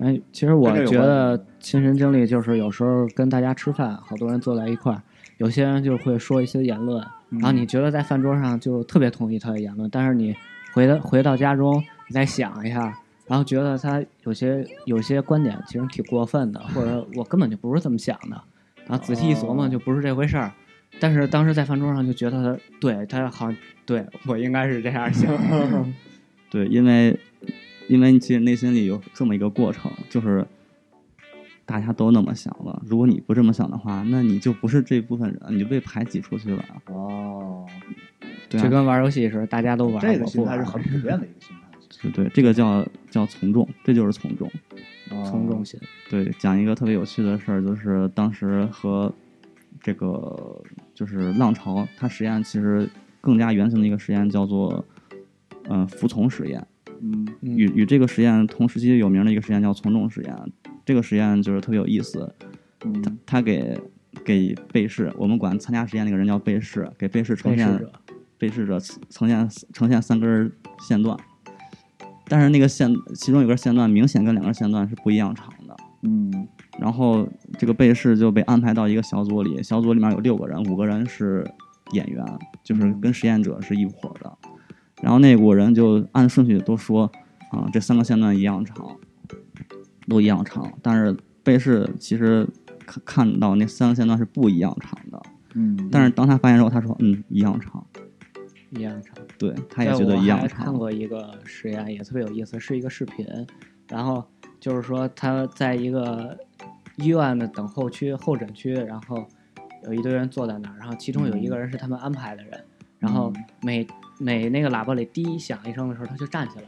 [SPEAKER 3] 哎，其实我
[SPEAKER 4] 跟这有
[SPEAKER 3] 觉
[SPEAKER 4] 关
[SPEAKER 3] 得
[SPEAKER 4] 系
[SPEAKER 3] 亲身经历就是有时候跟大家吃饭，好多人坐在一块儿，有些人就会说一些言论，嗯
[SPEAKER 4] 嗯
[SPEAKER 3] 然后你觉得在饭桌上就特别同意他的言论，但是你回到回到家中，你再想一下，然后觉得他有些有些观点其实挺过分 的，或者我根本就不是这么想的，然后仔细一琢磨
[SPEAKER 4] 哦
[SPEAKER 3] 就不是这回事儿。但是当时在饭桌上就觉得他对他好像对我应该是这样想的，
[SPEAKER 5] 对，因为因为其实内心里有这么一个过程，就是大家都那么想了。如果你不这么想的话，那你就不是这部分人，你就被排挤出去了。
[SPEAKER 4] 哦，
[SPEAKER 5] 对、啊，
[SPEAKER 3] 就跟玩游戏似的，大家都玩，
[SPEAKER 4] 这个
[SPEAKER 3] 我
[SPEAKER 4] 心
[SPEAKER 3] 不
[SPEAKER 4] 态
[SPEAKER 3] 玩哦
[SPEAKER 4] 是很普遍的一个心态。其实
[SPEAKER 5] 对对，这个叫叫从众，这就是从众。
[SPEAKER 3] 从
[SPEAKER 4] 哦
[SPEAKER 3] 众心。
[SPEAKER 5] 对，讲一个特别有趣的事儿，就是当时和这个就是浪潮，它实验其实更加原型的一个实验叫做嗯、呃服从实验，
[SPEAKER 4] 嗯
[SPEAKER 3] 嗯
[SPEAKER 5] 与与这个实验同时期有名的一个实验叫从众实验。这个实验就是特别有意思，
[SPEAKER 4] 嗯，
[SPEAKER 5] 它给给被试，我们管参加实验那个人叫被试，给被试呈
[SPEAKER 3] 被试
[SPEAKER 5] 现
[SPEAKER 3] 者
[SPEAKER 5] 被试者呈现呈现三根儿线段，但是那个线其中有根线段明显跟两根线段是不一样长的。
[SPEAKER 4] 嗯
[SPEAKER 5] 然后这个被试就被安排到一个小组里，小组里面有六个人，五个人是演员，就是跟实验者是一伙的。然后那五个人就按顺序都说，啊、这三个线段一样长，都一样长。但是被试其实看看到那三个线段是不一样长的，
[SPEAKER 4] 嗯，
[SPEAKER 5] 但是当他发现之后，他说，嗯，一样长，
[SPEAKER 3] 一样长。
[SPEAKER 5] 对，他也
[SPEAKER 3] 对
[SPEAKER 5] 觉得
[SPEAKER 3] 哎我
[SPEAKER 5] 一样
[SPEAKER 3] 还看
[SPEAKER 5] 长。
[SPEAKER 3] 过一个实验，也特别有意思，是一个视频，然后就是说他在一个医院的等候区、候诊区，然后有一堆人坐在那儿，然后其中有一个人是他们
[SPEAKER 5] 嗯
[SPEAKER 3] 安排的人，然后每每那个喇叭里滴响一声的时候，他就站起来，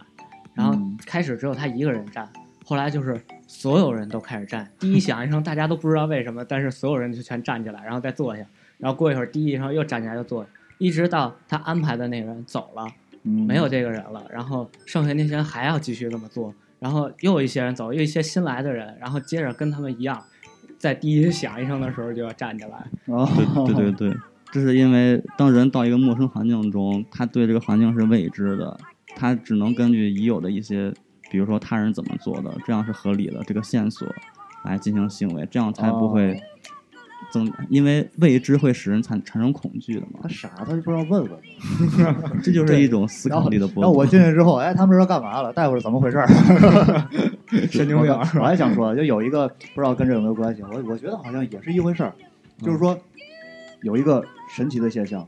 [SPEAKER 3] 然后
[SPEAKER 5] 嗯
[SPEAKER 3] 开始只有他一个人站，后来就是所有人都开始站。第一响一声，大家都不知道为什么，但是所有人就全站起来，然后再坐下。然后过一会儿，第一声又站起来又坐下，一直到他安排的那个人走了，
[SPEAKER 4] 嗯
[SPEAKER 3] 没有这个人了。然后剩下那些人还要继续这么做，然后又有一些人走，又有一些新来的人，然后接着跟他们一样，在第一响一声的时候就要站起来。
[SPEAKER 4] 哦，
[SPEAKER 5] 对对 对，这是因为当人到一个陌生环境中，他对这个环境是未知的，他只能根据已有的一些，比如说他人怎么做的，这样是合理的这个线索来进行行为，这样才不会
[SPEAKER 4] 哦
[SPEAKER 5] 增，因为未知会使人产产生恐惧的嘛
[SPEAKER 4] 他，傻，他就不知道问问。
[SPEAKER 5] 这就是一种思
[SPEAKER 4] 然
[SPEAKER 5] 考
[SPEAKER 4] 后
[SPEAKER 5] 力的剥
[SPEAKER 4] 然后我
[SPEAKER 5] 夺。
[SPEAKER 4] 进去之后，哎，他们知道干嘛了，待会儿怎么回事儿？
[SPEAKER 3] 神经病
[SPEAKER 4] 我还想说，就有一个不知道跟这有没有关系，我我觉得好像也是一回事儿，
[SPEAKER 3] 嗯
[SPEAKER 4] 就是说有一个神奇的现象，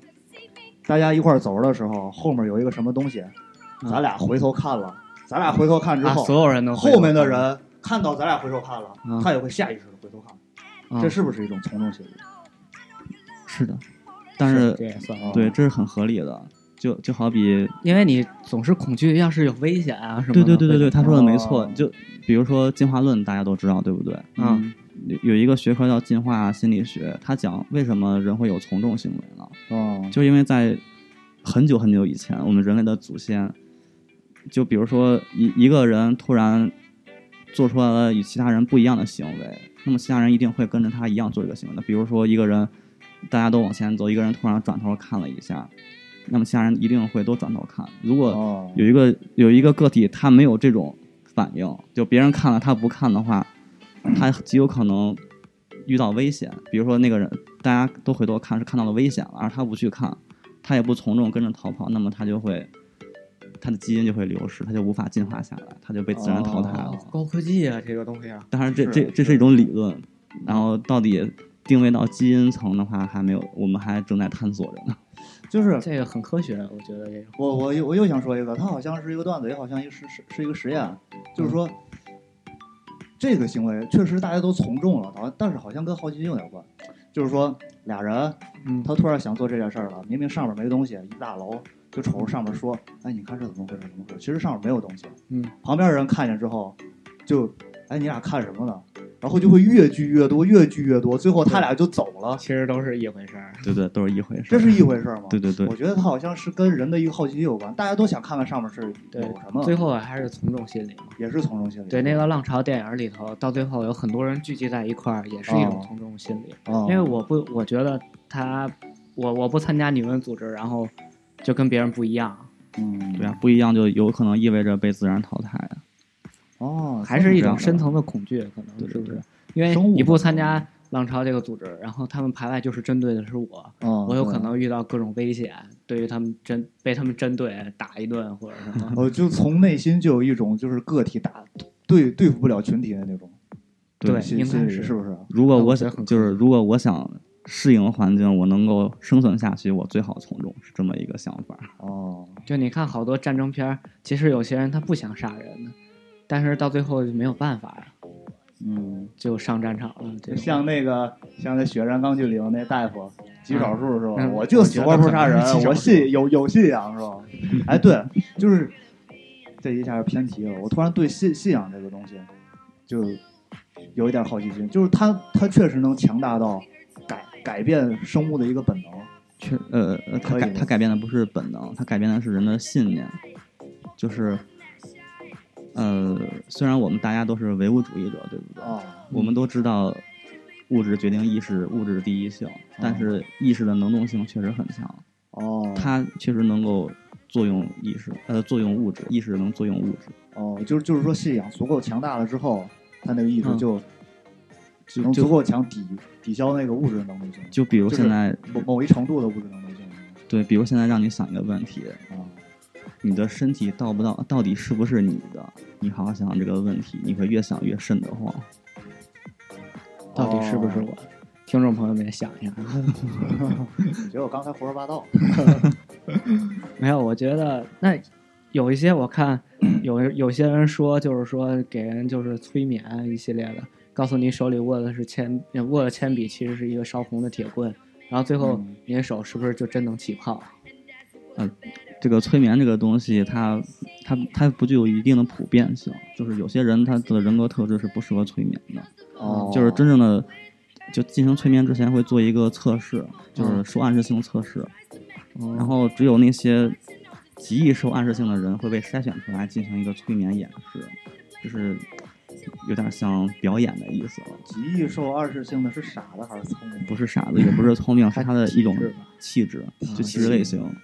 [SPEAKER 4] 大家一块儿走着的时候，后面有一个什么东西，咱俩回头看了，咱俩回头看之
[SPEAKER 3] 嗯啊，
[SPEAKER 4] 后，
[SPEAKER 3] 所有人都
[SPEAKER 4] 后面的人看到咱俩回头看了，
[SPEAKER 3] 嗯
[SPEAKER 4] 他也会下意识的回头看，
[SPEAKER 3] 嗯
[SPEAKER 4] 这是不是一种从众心理？
[SPEAKER 5] 嗯是的，但是
[SPEAKER 3] 这也算
[SPEAKER 4] 啊
[SPEAKER 5] 对，这是很合理的。就就好比，
[SPEAKER 3] 因为你总是恐惧，要是有危险啊什么的。
[SPEAKER 5] 对对对对对，他说的没错
[SPEAKER 4] 哦。
[SPEAKER 5] 就比如说进化论，大家都知道，对不对？
[SPEAKER 3] 嗯，
[SPEAKER 5] 有有一个学科叫进化心理学，它讲为什么人会有从众行为呢？
[SPEAKER 4] 哦，
[SPEAKER 5] 就因为在很久很久以前，我们人类的祖先，就比如说一一个人突然做出来了与其他人不一样的行为，那么其他人一定会跟着他一样做这个行为的。比如说一个人，大家都往前走，一个人突然转头看了一下，那么其他人一定会都转头看。如果
[SPEAKER 4] 哦，
[SPEAKER 5] 有一个有一个个体他没有这种反应，就别人看了他不看的话，他极有可能遇到危险。比如说那个人，大家都回头看是看到了危险了，而他不去看，他也不从众跟着逃跑，那么他就会他的基因就会流失，他就无法进化下来，他就被自然淘汰了。
[SPEAKER 4] 哦
[SPEAKER 3] 高科技啊，这个东西啊，
[SPEAKER 5] 当然这，
[SPEAKER 4] 是
[SPEAKER 5] 这这是一种理论，然后到底定位到基因层的话，还没有，我们还正在探索着 呢。
[SPEAKER 4] 就是
[SPEAKER 3] 这个很科学，我觉得这个。
[SPEAKER 4] 我我又我又想说一个，它好像是一个段子，也好像一个是是是一个实验，
[SPEAKER 3] 嗯
[SPEAKER 4] 就是说、这个行为确实大家都从众了，好像但是好像跟好奇心有点关，就是说俩人
[SPEAKER 3] 嗯
[SPEAKER 4] 他突然想做这件事儿了，明明上面没东西，一大楼就瞅着上面说，哎，你看这怎么回事？怎么回事？其实上面没有东西，
[SPEAKER 3] 嗯，
[SPEAKER 4] 旁边人看见之后就，哎，你俩看什么呢？然后就会越聚越多，越聚越多，最后他俩就走了，
[SPEAKER 3] 其实都是一回事儿。
[SPEAKER 5] 对对，都是一回事。
[SPEAKER 4] 这是一回事儿吗？
[SPEAKER 5] 对对对
[SPEAKER 4] 我，觉得它好像是跟人的一个好奇心有关，大家都想看看上面是有
[SPEAKER 3] 对
[SPEAKER 4] 什么，
[SPEAKER 3] 最后啊还是从众心理嘛。
[SPEAKER 4] 也是从众心理。
[SPEAKER 3] 对，那个浪潮电影里头，到最后有很多人聚集在一块儿，也是一种
[SPEAKER 4] 哦
[SPEAKER 3] 从众心理。
[SPEAKER 4] 哦，
[SPEAKER 3] 因为我不，我觉得他，我我不参加你们组织，然后就跟别人不一样，
[SPEAKER 4] 嗯，
[SPEAKER 5] 对啊，不一样就有可能意味着被自然淘汰。啊
[SPEAKER 4] 哦，
[SPEAKER 3] 还是一
[SPEAKER 5] 这样
[SPEAKER 3] 种
[SPEAKER 5] 的
[SPEAKER 3] 深层的恐惧，可能
[SPEAKER 5] 对
[SPEAKER 3] 是
[SPEAKER 5] 对
[SPEAKER 3] 不
[SPEAKER 5] 对
[SPEAKER 3] 是？因为
[SPEAKER 4] 生物
[SPEAKER 3] 你
[SPEAKER 4] 嘛
[SPEAKER 3] 不参加浪潮这个组织，然后他们排外就是针对的是我，
[SPEAKER 4] 哦，
[SPEAKER 3] 我有
[SPEAKER 4] 对。
[SPEAKER 3] 可，能遇到各种危险，对于他们针被他们针对打一顿或者什么
[SPEAKER 4] 我哦就从内心就有一种就是个体打对对付不了群体的那种
[SPEAKER 3] 对，
[SPEAKER 4] 心
[SPEAKER 3] 应
[SPEAKER 4] 心
[SPEAKER 3] 该
[SPEAKER 4] 理，
[SPEAKER 3] 是
[SPEAKER 4] 是不啊是？
[SPEAKER 5] 如果
[SPEAKER 3] 那我
[SPEAKER 5] 我
[SPEAKER 3] 觉得
[SPEAKER 5] 想
[SPEAKER 3] 很
[SPEAKER 5] 就
[SPEAKER 3] 科
[SPEAKER 5] 是如果我想适应环境，我能够生存下去，我最好从众，是这么一个想法。
[SPEAKER 4] 哦，
[SPEAKER 3] 就你看好多战争片儿，其实有些人他不想杀人的，但是到最后就没有办法呀，
[SPEAKER 4] 嗯，
[SPEAKER 3] 就上战场了。这
[SPEAKER 4] 就
[SPEAKER 3] 种
[SPEAKER 4] 像那个像那《血战钢锯岭》那大夫极少数是吧？
[SPEAKER 3] 嗯
[SPEAKER 4] 我就死活不杀人
[SPEAKER 3] 我觉得可能是极，少
[SPEAKER 4] 我
[SPEAKER 3] 数
[SPEAKER 4] 信有有信仰是吧？哎，对，就是这一下偏题了。我突然对信信仰这个东西就有一点好奇心，就是它它确实能强大到改改变生物的一个本能。
[SPEAKER 5] 确呃，呃
[SPEAKER 4] 可
[SPEAKER 5] 他
[SPEAKER 4] 以
[SPEAKER 5] 改
[SPEAKER 4] 的
[SPEAKER 5] 他改变的不是本能，他改变的是人的信念，就是呃，虽然我们大家都是唯物主义者，对不对？
[SPEAKER 4] 哦，
[SPEAKER 5] 我们都知道物质决定意识，物质第一性，但是意识的能动性确实很强，
[SPEAKER 4] 哦，
[SPEAKER 5] 它确实能够作用意识，呃，作用物质，意识能作用物质。
[SPEAKER 4] 哦，就是就是说信仰足够强大了之后，它那个意志
[SPEAKER 5] 嗯
[SPEAKER 4] 就
[SPEAKER 5] 就
[SPEAKER 4] 能足
[SPEAKER 5] 就
[SPEAKER 4] 够强抵抵消那个物质能力性，
[SPEAKER 5] 就比如
[SPEAKER 4] 就是
[SPEAKER 5] 现在、
[SPEAKER 4] 某某一程度的物质能力性
[SPEAKER 5] 对，比如现在让你想一个问题，
[SPEAKER 4] 啊。
[SPEAKER 5] 你的身体到不到，到底是不是你的？你好好想想这个问题，你会越想越瘆得慌。
[SPEAKER 3] 到底是不是我？
[SPEAKER 4] 哦
[SPEAKER 3] 听众朋友们也想一下。啊
[SPEAKER 4] 你觉得我刚才胡说八道？
[SPEAKER 3] 没有，我觉得那有一些我看有有些人说，就是说给人就是催眠一系列的，告诉你手里握的是铅，呃握的铅笔其实是一个烧红的铁棍，然后最后
[SPEAKER 4] 嗯
[SPEAKER 3] 你的手是不是就真能起泡？
[SPEAKER 5] 这个催眠这个东西，它它它不具有一定的普遍性，就是有些人他的人格特质是不适合催眠的，
[SPEAKER 4] 哦，
[SPEAKER 5] 就是真正的就进行催眠之前会做一个测试，就是受暗示性测试，然后只有那些极易受暗示性的人会被筛选出来进行一个催眠演示，就是有点像表演的意思了。
[SPEAKER 4] 极易受暗示性的是傻的还是聪明？
[SPEAKER 5] 不是傻子，也不是聪明，是他的一种
[SPEAKER 4] 体质吧
[SPEAKER 5] 气质，就气质类型。
[SPEAKER 4] 哎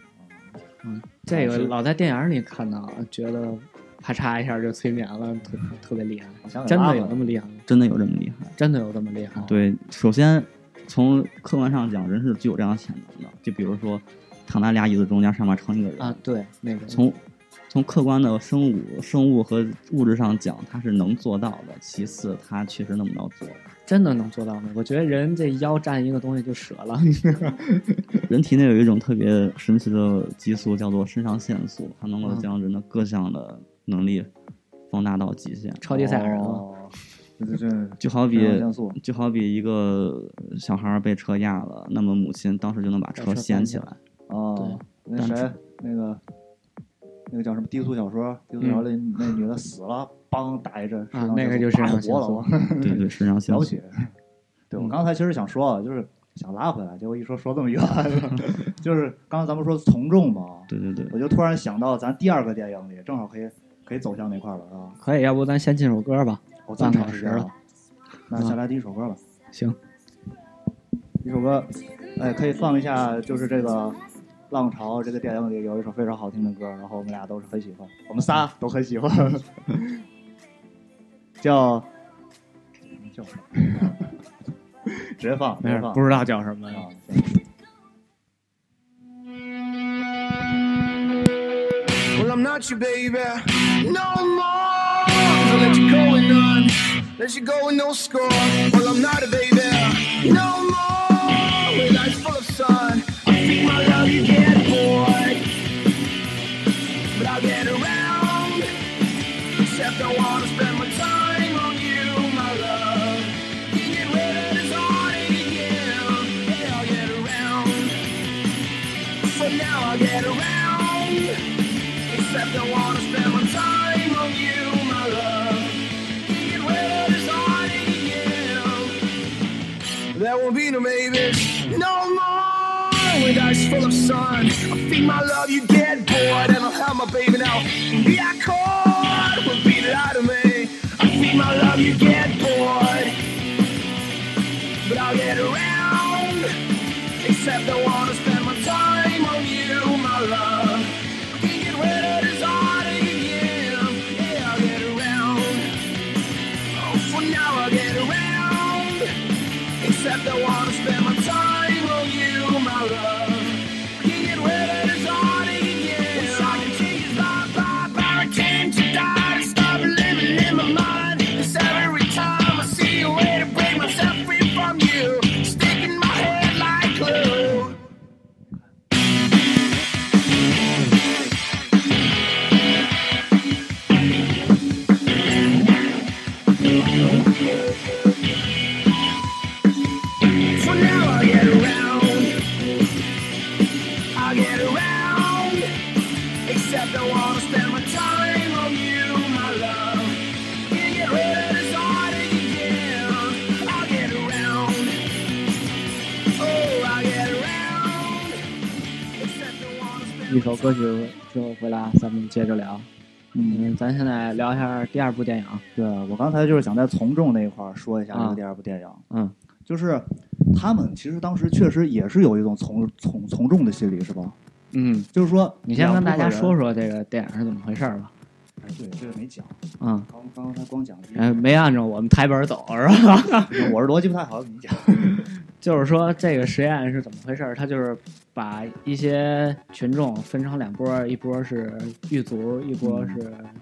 [SPEAKER 3] 这个老在电影里看到，觉得啪嚓一下就催眠了，特特别厉害
[SPEAKER 4] 想，给
[SPEAKER 3] 真
[SPEAKER 4] 拉
[SPEAKER 3] 的
[SPEAKER 4] 回
[SPEAKER 3] 有
[SPEAKER 4] 来
[SPEAKER 3] 那么厉害吗？
[SPEAKER 5] 真的有这么厉害？
[SPEAKER 3] 真的有这么厉害？，
[SPEAKER 5] 对，首先从客观上讲，人是具有这样的潜能的。就比如说，躺在俩椅子中间，上面撑一个人，
[SPEAKER 3] 啊，对，那个
[SPEAKER 5] 从从客观的生物、生物和物质上讲，他是能做到的。其次，他确实那么着做。
[SPEAKER 3] 真的能做到吗？我觉得人这腰站一个东西就折了，
[SPEAKER 5] 人体内有一种特别神奇的激素，叫做肾上腺素，它能够
[SPEAKER 3] 嗯
[SPEAKER 5] 将人的各项的能力放大到极限。
[SPEAKER 3] 超级赛亚人了。
[SPEAKER 4] 哦这这这
[SPEAKER 5] 就好比
[SPEAKER 4] 肾上腺素
[SPEAKER 5] 就好比一个小孩儿被车压了，那么母亲当时就能把车
[SPEAKER 3] 把车
[SPEAKER 5] 掀
[SPEAKER 3] 搬
[SPEAKER 5] 起
[SPEAKER 3] 起
[SPEAKER 5] 来。
[SPEAKER 4] 哦，那谁那个那个叫什么低俗小说？低俗小说里那女的死了，梆打一针，
[SPEAKER 3] 嗯啊那个就是
[SPEAKER 4] 打
[SPEAKER 3] 肾上腺
[SPEAKER 4] 活了，
[SPEAKER 3] 素
[SPEAKER 4] 我
[SPEAKER 5] 对对，肾上腺
[SPEAKER 4] 了不
[SPEAKER 5] 素。
[SPEAKER 4] 起。 对
[SPEAKER 3] 嗯
[SPEAKER 4] 我刚才其实想说啊，就是想拉回来，结果一说说这么远， 就是刚才咱们说从众嘛，
[SPEAKER 5] 对对对，
[SPEAKER 4] 我就突然想到咱第二个电影里，正好可以可以走向那块儿了，是啊吧？
[SPEAKER 3] 可以，要不咱先进首歌吧？
[SPEAKER 4] 我这么长时间了，那先来第一首歌吧。
[SPEAKER 3] 嗯行，
[SPEAKER 4] 一首歌，哎，可以放一下，就是这个《浪潮》这个电影里有一首非常好听的歌，然后我们俩都是很喜欢，我们仨都很喜欢， 叫叫什么？ 直接放，直
[SPEAKER 3] 没
[SPEAKER 4] 接
[SPEAKER 3] 事
[SPEAKER 4] 放，，
[SPEAKER 3] 不知道叫什么。
[SPEAKER 4] 啊，
[SPEAKER 6] Well, I'm not your baby no more. So let you go and none. Let you go and no score. Well, I'm not a baby no more. With eyes full of sun, I think my love you get bored. But I'll get around. Except I wanna spend my time on you, my love. You get rid of this all again. Yeah, I'll get around. So now I'll get around. Except I wanna spend my time on you, my love. Get rid of this audio. There won't be no maybes, no more. With eyes full of sun, I feed my love, you get bored, and I'll have my baby now. Be I caught, will be lie to me. I feed my love, you get bored, but I'll get around. Except I wanna spend my time on you, my love. Get rid of this heart of you. Yeah, I'll get around. Oh, for now I'll get around. Except I wanna spend my time on you, my love. Get rid of this heart of you. Wish I could change my vibe, but I came to die to stop living in my mind. 'Cause every time I see a way to break myself free from you, sticking my head like glue. So now I get around. I get around. Except I wanna spend my time on you, my love. You get rid of this heart again. I get around. Oh, I get around. Except I wanna spend
[SPEAKER 3] 一首歌曲之后回来，咱们接着聊。嗯，咱现在聊一下第二部电影。
[SPEAKER 4] 对我刚才就是想在从众那一块儿说一下这
[SPEAKER 3] 啊
[SPEAKER 4] 个第二部电影，
[SPEAKER 3] 嗯，
[SPEAKER 4] 就是他们其实当时确实也是有一种从从从众的心理，是吧？
[SPEAKER 3] 嗯，
[SPEAKER 4] 就是说，
[SPEAKER 3] 你先跟大家说
[SPEAKER 4] 说，
[SPEAKER 3] 说这个电影是怎么回事吧。
[SPEAKER 4] 哎，对，这个没讲，
[SPEAKER 3] 嗯，
[SPEAKER 4] 刚刚才光讲第一个
[SPEAKER 3] 呃，没按照我们台本走是吧？
[SPEAKER 4] 我是逻辑不太好，你讲。
[SPEAKER 3] 就是说这个实验是怎么回事儿？他就是把一些群众分成两波，一波是狱卒，一波是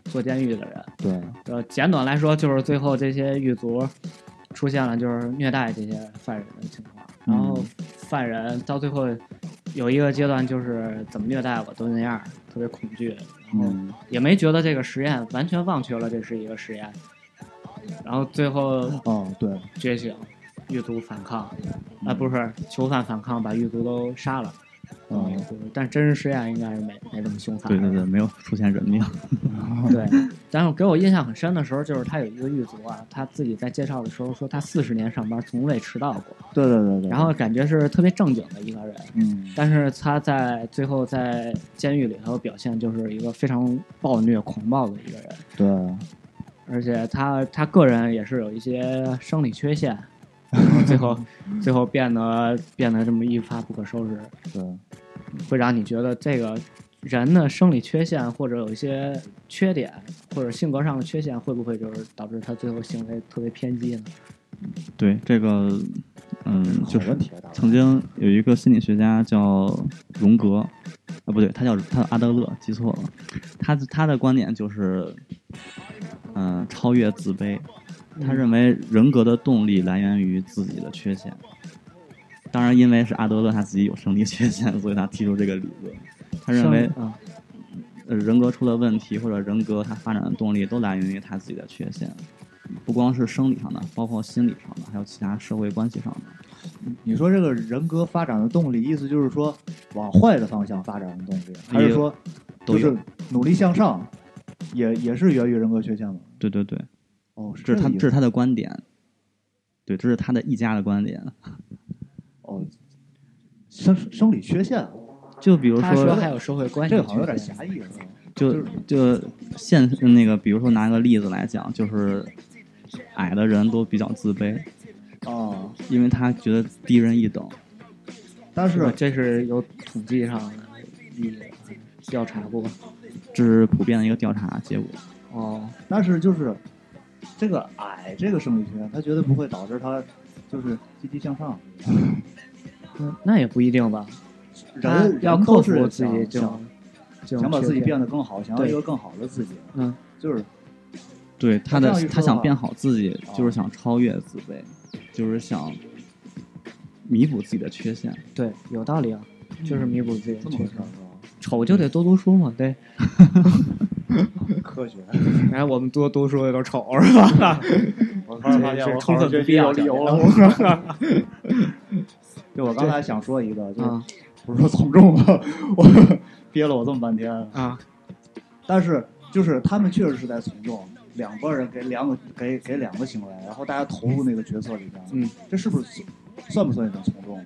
[SPEAKER 3] 坐监狱的人。
[SPEAKER 4] 对，
[SPEAKER 3] 呃，简短来说，就是最后这些狱卒出现了就是虐待这些犯人的情况，然后犯人到最后有一个阶段就是怎么虐待我都那样，特别恐惧，然后
[SPEAKER 4] 嗯，
[SPEAKER 3] 也没觉得这个实验完全忘却了这是一个实验，然后最后
[SPEAKER 4] 哦，对，
[SPEAKER 3] 觉醒，狱卒反抗，啊、不是囚犯反抗，把狱卒都杀了，嗯，但真实事件应该是没没这么凶残。
[SPEAKER 5] 对对对，没有出现人命。
[SPEAKER 3] 对，然后给我印象很深的时候，就是他有一个狱卒啊，他自己在介绍的时候说他四十年上班从未迟到过，
[SPEAKER 4] 对对对对。
[SPEAKER 3] 然后感觉是特别正经的一个人，
[SPEAKER 4] 嗯，
[SPEAKER 3] 但是他在最后在监狱里头表现就是一个非常暴虐狂暴的一个人，
[SPEAKER 4] 对，
[SPEAKER 3] 而且他他个人也是有一些生理缺陷，然后最后最后变得变得这么一发不可收拾，
[SPEAKER 4] 对，
[SPEAKER 3] 会让你觉得这个人的生理缺陷或者有一些缺点，或者性格上的缺陷，会不会就是导致他最后行为特别偏激呢？
[SPEAKER 5] 对这个，嗯，
[SPEAKER 4] 好
[SPEAKER 5] 就是
[SPEAKER 4] 问题啊，大
[SPEAKER 5] 曾经有一个心理学家叫荣格，啊，不对，他叫他叫阿德勒，记错了。他他的观点就是，嗯、超越自卑。他认为人格的动力来源于自己的缺陷。当然，因为是阿德勒他自己有生理缺陷，所以他提出这个理论。他认为
[SPEAKER 3] 生理啊，
[SPEAKER 5] 呃，人格出了问题，或者人格它发展的动力都来源于他自己的缺陷，不光是生理上的，包括心理上的，还有其他社会关系上的。
[SPEAKER 4] 你说这个人格发展的动力，意思就是说往坏的方向发展的动力，还是说
[SPEAKER 5] 都
[SPEAKER 4] 就
[SPEAKER 5] 有
[SPEAKER 4] 是努力向上，也也是源于人格缺陷吗？
[SPEAKER 5] 对对对，
[SPEAKER 4] 哦，是
[SPEAKER 5] 这是他
[SPEAKER 4] 个
[SPEAKER 5] 这
[SPEAKER 4] 意
[SPEAKER 5] 是
[SPEAKER 4] 思
[SPEAKER 5] 他的观点，对，这是他的一家的观点。
[SPEAKER 4] 哦，生生理缺陷，
[SPEAKER 5] 就比如
[SPEAKER 3] 嗯他说
[SPEAKER 5] 说，
[SPEAKER 3] 还有社会关系，
[SPEAKER 4] 这个好像有点狭义了。
[SPEAKER 5] 就就现那个，比如说拿个例子来讲，就是矮的人都比较自卑，
[SPEAKER 4] 哦，
[SPEAKER 5] 因为他觉得低人一等。
[SPEAKER 4] 但
[SPEAKER 3] 是吧
[SPEAKER 4] 是
[SPEAKER 3] 这是有统计上的意义的调查过
[SPEAKER 5] 这是普遍的一个调查结果，
[SPEAKER 3] 哦，
[SPEAKER 4] 但是就是这个矮这个生理学，它绝对不会导致他就是积极向上。
[SPEAKER 3] 嗯那也不一定吧，他
[SPEAKER 4] 人
[SPEAKER 3] 要
[SPEAKER 4] 人
[SPEAKER 3] 克
[SPEAKER 4] 都
[SPEAKER 3] 服
[SPEAKER 4] 是
[SPEAKER 3] 自己这
[SPEAKER 4] 想
[SPEAKER 3] 种这种
[SPEAKER 4] 想把自
[SPEAKER 3] 缺
[SPEAKER 4] 己
[SPEAKER 3] 陷
[SPEAKER 4] 变得更好，想要
[SPEAKER 3] 对
[SPEAKER 4] 一个更好的自己，
[SPEAKER 3] 嗯，
[SPEAKER 4] 就是
[SPEAKER 5] 对他
[SPEAKER 4] 这样一
[SPEAKER 5] 的
[SPEAKER 4] 说的
[SPEAKER 5] 他想
[SPEAKER 4] 话
[SPEAKER 5] 变好自己，
[SPEAKER 4] 哦
[SPEAKER 5] 就是想超越自卑，就是想弥补自己的缺陷。
[SPEAKER 3] 对，有道理啊，就是弥补自己的
[SPEAKER 4] 这么
[SPEAKER 3] 缺
[SPEAKER 4] 回
[SPEAKER 3] 陷
[SPEAKER 4] 事。儿啊是
[SPEAKER 3] 丑就得多读书嘛，对。
[SPEAKER 4] 吧？科学，
[SPEAKER 3] 然后我们多读书的都丑是 吧？
[SPEAKER 4] 我突
[SPEAKER 3] 这
[SPEAKER 4] 然发现
[SPEAKER 3] 这
[SPEAKER 4] 我
[SPEAKER 3] 充
[SPEAKER 4] 好好
[SPEAKER 3] 分
[SPEAKER 4] 学
[SPEAKER 3] 不必
[SPEAKER 4] 习有
[SPEAKER 3] 要
[SPEAKER 4] 理由了。
[SPEAKER 3] 了。
[SPEAKER 4] 对，我刚才想说一个，就是
[SPEAKER 3] 啊
[SPEAKER 4] 不是说从众吗？我 憋了我这么半天，
[SPEAKER 3] 啊，
[SPEAKER 4] 但是就是他们确实是在从众，两拨人给两个给给两个行为，然后大家投入那个角色里边，
[SPEAKER 3] 嗯，
[SPEAKER 4] 这是不是算不算一种从众？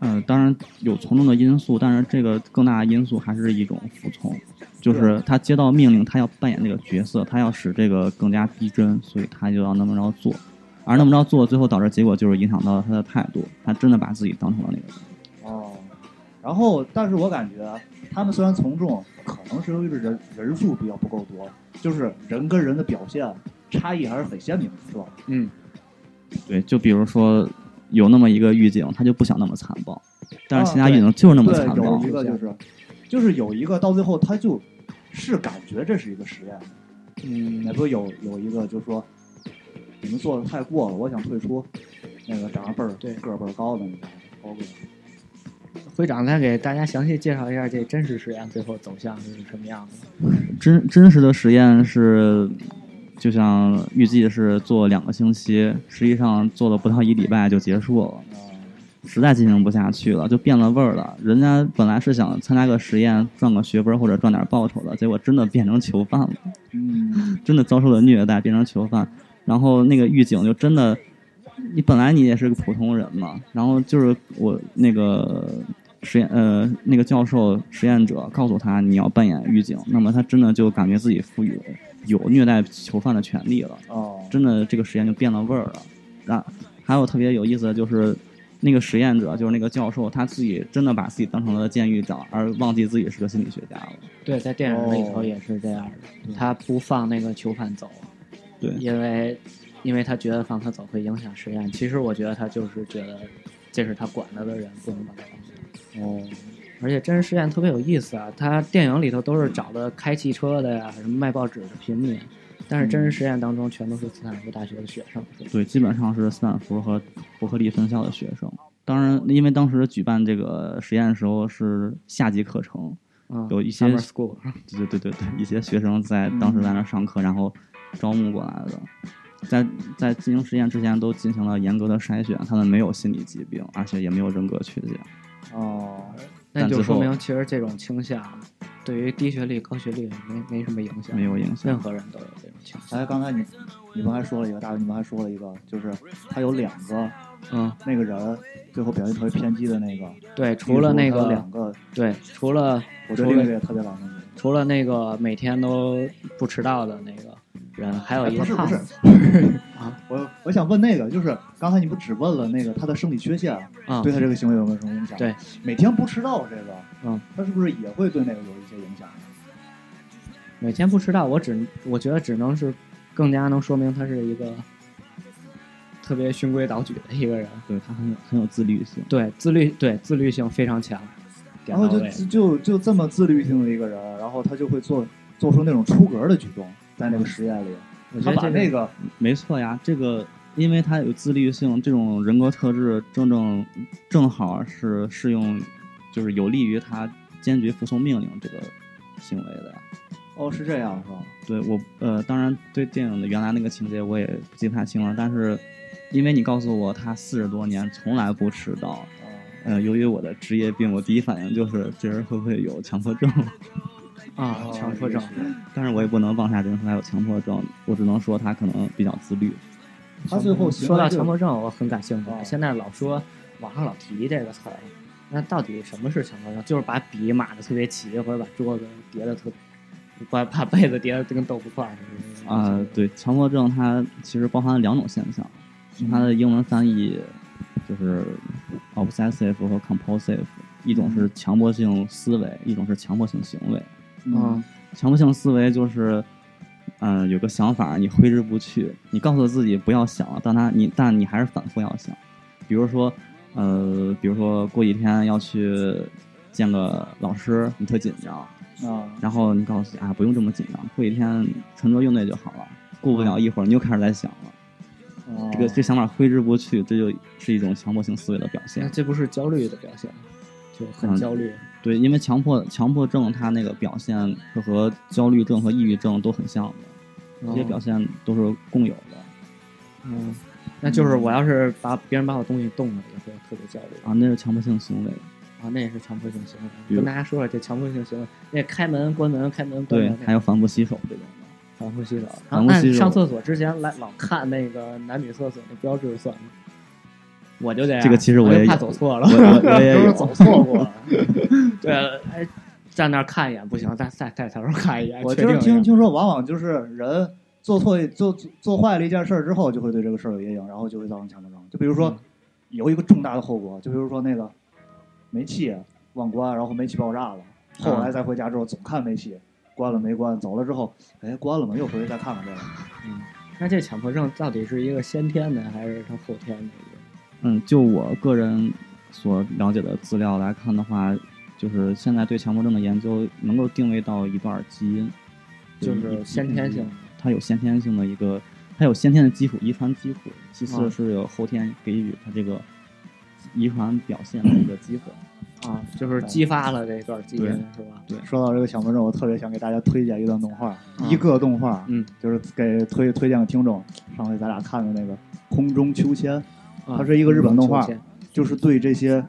[SPEAKER 5] 嗯，当然有从众的因素，但是这个更大的因素还是一种服从，就是他接到命令，他要扮演这个角色，他要使这个更加逼真，所以他就要那么着做，而那么着做，最后导致结果就是影响到了他的态度，他真的把自己当成了那个人。
[SPEAKER 4] 哦，然后但是我感觉他们虽然从众，可能是由于人人数比较不够多，就是人跟人的表现差异还是很鲜明的，是吧？
[SPEAKER 3] 嗯，
[SPEAKER 5] 对，就比如说有那么一个狱警，他就不想那么残暴，但是其
[SPEAKER 4] 啊
[SPEAKER 5] 他
[SPEAKER 4] 对
[SPEAKER 5] 狱警就是那么啊
[SPEAKER 4] 对，
[SPEAKER 5] 残
[SPEAKER 4] 有
[SPEAKER 5] 暴
[SPEAKER 4] 一，个就是，就是有一个到最后他就是感觉这是一个实验，
[SPEAKER 3] 嗯
[SPEAKER 4] 哪不是有有一个就说你们做的太过了，我想退出，那个长得倍儿
[SPEAKER 3] 对
[SPEAKER 4] 个儿倍儿高的那个高个，
[SPEAKER 3] 会长再给大家详细介绍一下这真实实验最后走向是什么样的。
[SPEAKER 5] 真真实的实验是，就像预计是做两个星期，实际上做了不到一礼拜就结束了，实在进行不下去了，就变了味儿了。人家本来是想参加个实验赚个学分儿或者赚点报酬的，结果真的变成囚犯了，
[SPEAKER 4] 嗯，
[SPEAKER 5] 真的遭受了虐待，变成囚犯。然后那个狱警就真的，你本来你也是个普通人嘛，然后就是我那个实验呃那个教授实验者告诉他你要扮演狱警，那么他真的就感觉自己赋予有虐待囚犯的权利了。
[SPEAKER 4] 哦，
[SPEAKER 5] 真的这个实验就变了味儿了。然还有特别有意思的就是，那个实验者就是那个教授，他自己真的把自己当成了监狱长，而忘记自己是个心理学家了。
[SPEAKER 3] 对，在电影里头也是这样的，他不放那个囚犯走，
[SPEAKER 5] 对
[SPEAKER 3] 因为因为他觉得放他走会影响实验。其实我觉得他就是觉得这是他管着的人，不能把他放走。
[SPEAKER 4] 哦，
[SPEAKER 3] 而且真实实验特别有意思啊，他电影里头都是找的开汽车的呀，什么卖报纸的平民，但是真实实验当中全都是斯坦福大学的学生。
[SPEAKER 5] 对，基本上是斯坦福和伯克利分校的学生。当然，因为当时举办这个实验的时候是夏季课程，
[SPEAKER 3] 嗯，
[SPEAKER 5] 有一些
[SPEAKER 3] summer school，
[SPEAKER 5] 对对对对对，一些学生在当时在那上课，然后招募过来的。在在进行实验之前都进行了严格的筛选，他们没有心理疾病，而且也没有人格缺陷。
[SPEAKER 4] 哦，
[SPEAKER 3] 那
[SPEAKER 5] 但
[SPEAKER 3] 就
[SPEAKER 5] 最
[SPEAKER 3] 说
[SPEAKER 5] 后
[SPEAKER 3] 明其实这种倾向对于低学历、高学历没没什么影响，
[SPEAKER 5] 没有影响
[SPEAKER 3] 任何人都有这种倾向。
[SPEAKER 4] 哎，刚才你你们还说了一个，大卫，你们还说了一个，就是他有两个
[SPEAKER 3] 嗯，
[SPEAKER 4] 那个人最后表现特别偏激的那个，
[SPEAKER 3] 对，除了那
[SPEAKER 4] 比如说他有
[SPEAKER 3] 个
[SPEAKER 4] 两，个，
[SPEAKER 3] 对，除了
[SPEAKER 4] 我
[SPEAKER 3] 除
[SPEAKER 4] 觉得这个
[SPEAKER 3] 了
[SPEAKER 4] 也特别老那个。
[SPEAKER 3] 除了那个每天都不迟到的那个人，还有一
[SPEAKER 4] 哎不
[SPEAKER 3] 个
[SPEAKER 4] 是不
[SPEAKER 3] 胖
[SPEAKER 4] 是
[SPEAKER 3] 子，
[SPEAKER 4] 我我想问那个，就是刚才你不只问了那个他的生理缺陷
[SPEAKER 3] 啊
[SPEAKER 4] 对他这个行为有没有什么影响？
[SPEAKER 3] 对，
[SPEAKER 4] 每天不迟到这个，
[SPEAKER 3] 嗯，
[SPEAKER 4] 他是不是也会对那个有一些影响？
[SPEAKER 3] 每天不迟到，我只我觉得只能是更加能说明他是一个特别循规蹈矩的一个人，
[SPEAKER 5] 对他很有很有自律性。
[SPEAKER 3] 对自律，对自律性非常强，点
[SPEAKER 4] 然
[SPEAKER 3] 到
[SPEAKER 4] 哦后就
[SPEAKER 3] 位。
[SPEAKER 4] 就就这么自律性的一个人，然后他就会做做出那种出格的举动，在那个实验里，
[SPEAKER 3] 嗯我觉
[SPEAKER 4] 他
[SPEAKER 3] 得
[SPEAKER 4] 把
[SPEAKER 3] 这
[SPEAKER 4] 那个
[SPEAKER 5] 没错呀，这个因为他有自律性，这种人格特质正正正好是适用，就是有利于他坚决服从命令这个行为的呀。
[SPEAKER 4] 哦是这样是吧？
[SPEAKER 5] 对我呃，当然对电影的原来那个情节我也记不太清了，但是因为你告诉我他四十多年从来不迟到，
[SPEAKER 4] 哦，
[SPEAKER 5] 呃，由于我的职业病，我第一反应就是这人会不会有强迫症？
[SPEAKER 3] 啊，
[SPEAKER 4] 哦
[SPEAKER 3] 强迫症，
[SPEAKER 5] 但是我也不能妄下诊断他有强迫症，我只能说他可能比较自律。
[SPEAKER 4] 他最后行
[SPEAKER 3] 说
[SPEAKER 4] 为
[SPEAKER 3] 到
[SPEAKER 4] 就
[SPEAKER 3] 强迫症，我很感兴趣。
[SPEAKER 4] 哦
[SPEAKER 3] 现在老说网上老提这个词儿，那到底什么是强迫症？就是把笔码的特别齐，或者把桌子叠的特，把把被子叠的跟豆腐块儿似的。
[SPEAKER 5] 啊、对，强迫症它其实包含了两种现象，用它的英文翻译就是 obsessive 和 compulsive，一种是强迫性思维，一种是强迫性行为。
[SPEAKER 4] 嗯，
[SPEAKER 5] 强迫性思维就是，嗯、有个想法你挥之不去，你告诉自己不要想，但他你但你还是反复要想，比如说，呃，比如说过几天要去见个老师，你特紧张，
[SPEAKER 3] 嗯
[SPEAKER 4] 啊，
[SPEAKER 5] 然后你告诉自己啊，不用这么紧张，过几天沉着应对就好了。过不了一会儿，你又开始在想了，
[SPEAKER 4] 哦
[SPEAKER 5] 这个这想法挥之不去，这就是一种强迫性思维的表
[SPEAKER 3] 那
[SPEAKER 5] 现。
[SPEAKER 3] 这不是焦虑的表现吗，就很
[SPEAKER 5] 嗯
[SPEAKER 3] 焦虑。
[SPEAKER 5] 对，因为强迫强迫症它那个表现是和焦虑症和抑郁症都很像的，这些表现都是共有的
[SPEAKER 3] 嗯，那就是我要是把别人把我东西动了，也会特别焦虑
[SPEAKER 5] 啊，那是强迫性行为。
[SPEAKER 3] 啊。那也是强迫性行为。
[SPEAKER 5] 比如
[SPEAKER 3] 跟大家说说这强迫性行为，那开门关门开门关
[SPEAKER 5] 对
[SPEAKER 3] 门，，
[SPEAKER 5] 还有防不洗手这种 的。
[SPEAKER 3] 反复洗手。
[SPEAKER 5] 反
[SPEAKER 3] 啊
[SPEAKER 5] 复洗
[SPEAKER 3] 那
[SPEAKER 5] 手
[SPEAKER 3] 上厕所之前来老看那个男女厕所那标志算吗？我就这样，
[SPEAKER 5] 这个其实我也
[SPEAKER 3] 就
[SPEAKER 5] 有
[SPEAKER 3] 怕走错了，
[SPEAKER 5] 我我我也
[SPEAKER 3] 就是
[SPEAKER 5] 有
[SPEAKER 3] 走错 过。对，哎，站那儿看一眼不行，再再再抬头看一眼。
[SPEAKER 4] 我
[SPEAKER 3] 哎确
[SPEAKER 4] 就是
[SPEAKER 3] 定一
[SPEAKER 4] 听
[SPEAKER 3] 下
[SPEAKER 4] 听说，往往就是人做错做做坏了一件事儿之后，就会对这个事儿有阴影，然后就会造成强迫症。就比如说、
[SPEAKER 3] 嗯
[SPEAKER 4] 有一个重大的后果，就比如说那个煤气忘关，然后煤气爆炸了。后
[SPEAKER 3] 嗯
[SPEAKER 4] 来再回家之后，总看煤气，关了没关，走了之后，哎，关了吗？又回去再看看这个。
[SPEAKER 3] 那这强迫症到底是一个先天的还是他后天的一个？
[SPEAKER 5] 嗯，就我个人所了解的资料来看的话，就是现在对强迫症的研究能够定位到一段基因，
[SPEAKER 3] 就是
[SPEAKER 4] 嗯
[SPEAKER 3] 先天性，
[SPEAKER 5] 嗯它有先天性的一个，它有先天的基础，遗传基础，其
[SPEAKER 3] 啊
[SPEAKER 5] 次是有后天给予它这个遗传表现的一个机会。
[SPEAKER 4] 嗯
[SPEAKER 3] 啊，就是激发了这段基因
[SPEAKER 5] 对
[SPEAKER 3] 是吧？
[SPEAKER 4] 说到这个强迫症，我特别想给大家推荐一段动画，一个动画，
[SPEAKER 3] 嗯，
[SPEAKER 4] 就是给推推荐给听众。上回咱俩看的那个《空中秋千》，
[SPEAKER 3] 啊
[SPEAKER 4] 它是一个日本动画
[SPEAKER 3] 秋千
[SPEAKER 4] 就是对这些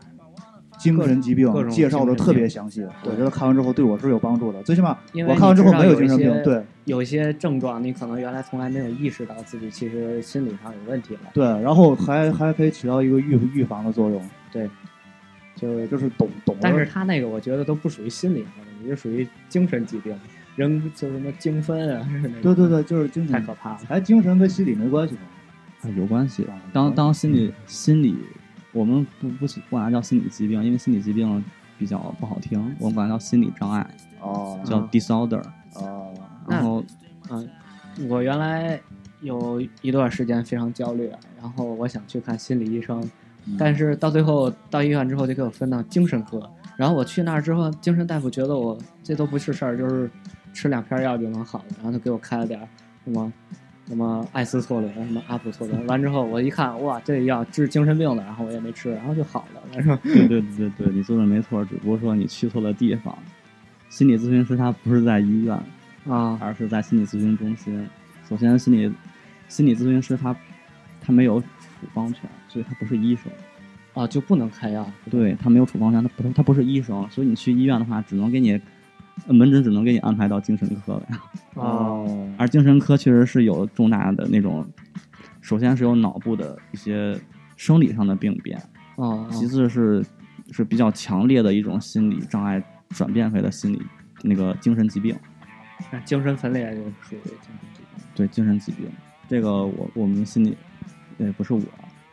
[SPEAKER 4] 精神疾病
[SPEAKER 3] 各种
[SPEAKER 4] 介绍的特别详细。
[SPEAKER 3] 对
[SPEAKER 4] 我觉得看完之后对我是有帮助的，最起码
[SPEAKER 3] 因为
[SPEAKER 4] 我看完之后没
[SPEAKER 3] 有
[SPEAKER 4] 精神
[SPEAKER 3] 一
[SPEAKER 4] 病
[SPEAKER 3] 些。
[SPEAKER 4] 对
[SPEAKER 3] 有一些症状，你可能原来从来没有意识到自己其实心理上有问题了。
[SPEAKER 4] 对，然后还还可以起到一个预预防的作用，
[SPEAKER 3] 就是，
[SPEAKER 4] 就是懂懂了。
[SPEAKER 3] 但是他那个我觉得都不属于心理上的问题，就属于精神疾病，人就是什么精分啊，是那种
[SPEAKER 4] 对对，对，就是精
[SPEAKER 3] 太
[SPEAKER 4] 神
[SPEAKER 3] 可，怕了。
[SPEAKER 4] 哎，精神跟心理没关系吗？
[SPEAKER 5] 啊，有关系
[SPEAKER 4] 啊有。关
[SPEAKER 5] 当
[SPEAKER 4] 系
[SPEAKER 5] 当心
[SPEAKER 3] 嗯
[SPEAKER 5] 理心理，我们不不喜不管它叫心理疾病，因为心理疾病比较不好听，我们管它叫心理障碍，
[SPEAKER 4] 哦
[SPEAKER 5] 叫
[SPEAKER 3] 啊
[SPEAKER 5] disorder。
[SPEAKER 4] 哦，
[SPEAKER 5] 然后
[SPEAKER 3] 嗯，我原来有一段时间非常焦虑，啊然后我想去看心理医生，
[SPEAKER 4] 嗯
[SPEAKER 3] 但是到最后到医院之后就给我分到精神科，然后我去那儿之后，精神大夫觉得我这都不是事儿，就是吃两片药就能好了，然后就给我开了点儿什么什么艾司唑仑、什么阿普唑仑，完之后我一看，哇，这药治精神病的，然后我也没吃，然后就好了，完事儿
[SPEAKER 5] 对对对对，你做的没错，只不过说你去错了地方。心理咨询师他不是在医院，
[SPEAKER 3] 啊
[SPEAKER 5] 而是在心理咨询中心。首先，心理心理咨询师他他没有处方权，所以他不是医生，
[SPEAKER 3] 啊，就不能开药。
[SPEAKER 5] 对他没有处方权，他不是他不是医生，所以你去医院的话，只能给你门诊只能给你安排到精神科呗。
[SPEAKER 3] 哦，
[SPEAKER 5] 而精神科确实是有重大的那种，首先是有脑部的一些生理上的病变，
[SPEAKER 3] 哦，
[SPEAKER 5] 其次是是比较强烈的一种心理障碍转变为的心理那个精神疾病，
[SPEAKER 3] 那精神分裂就属于精神疾病。
[SPEAKER 5] 对精神疾病，这个我我们心理，呃不是我，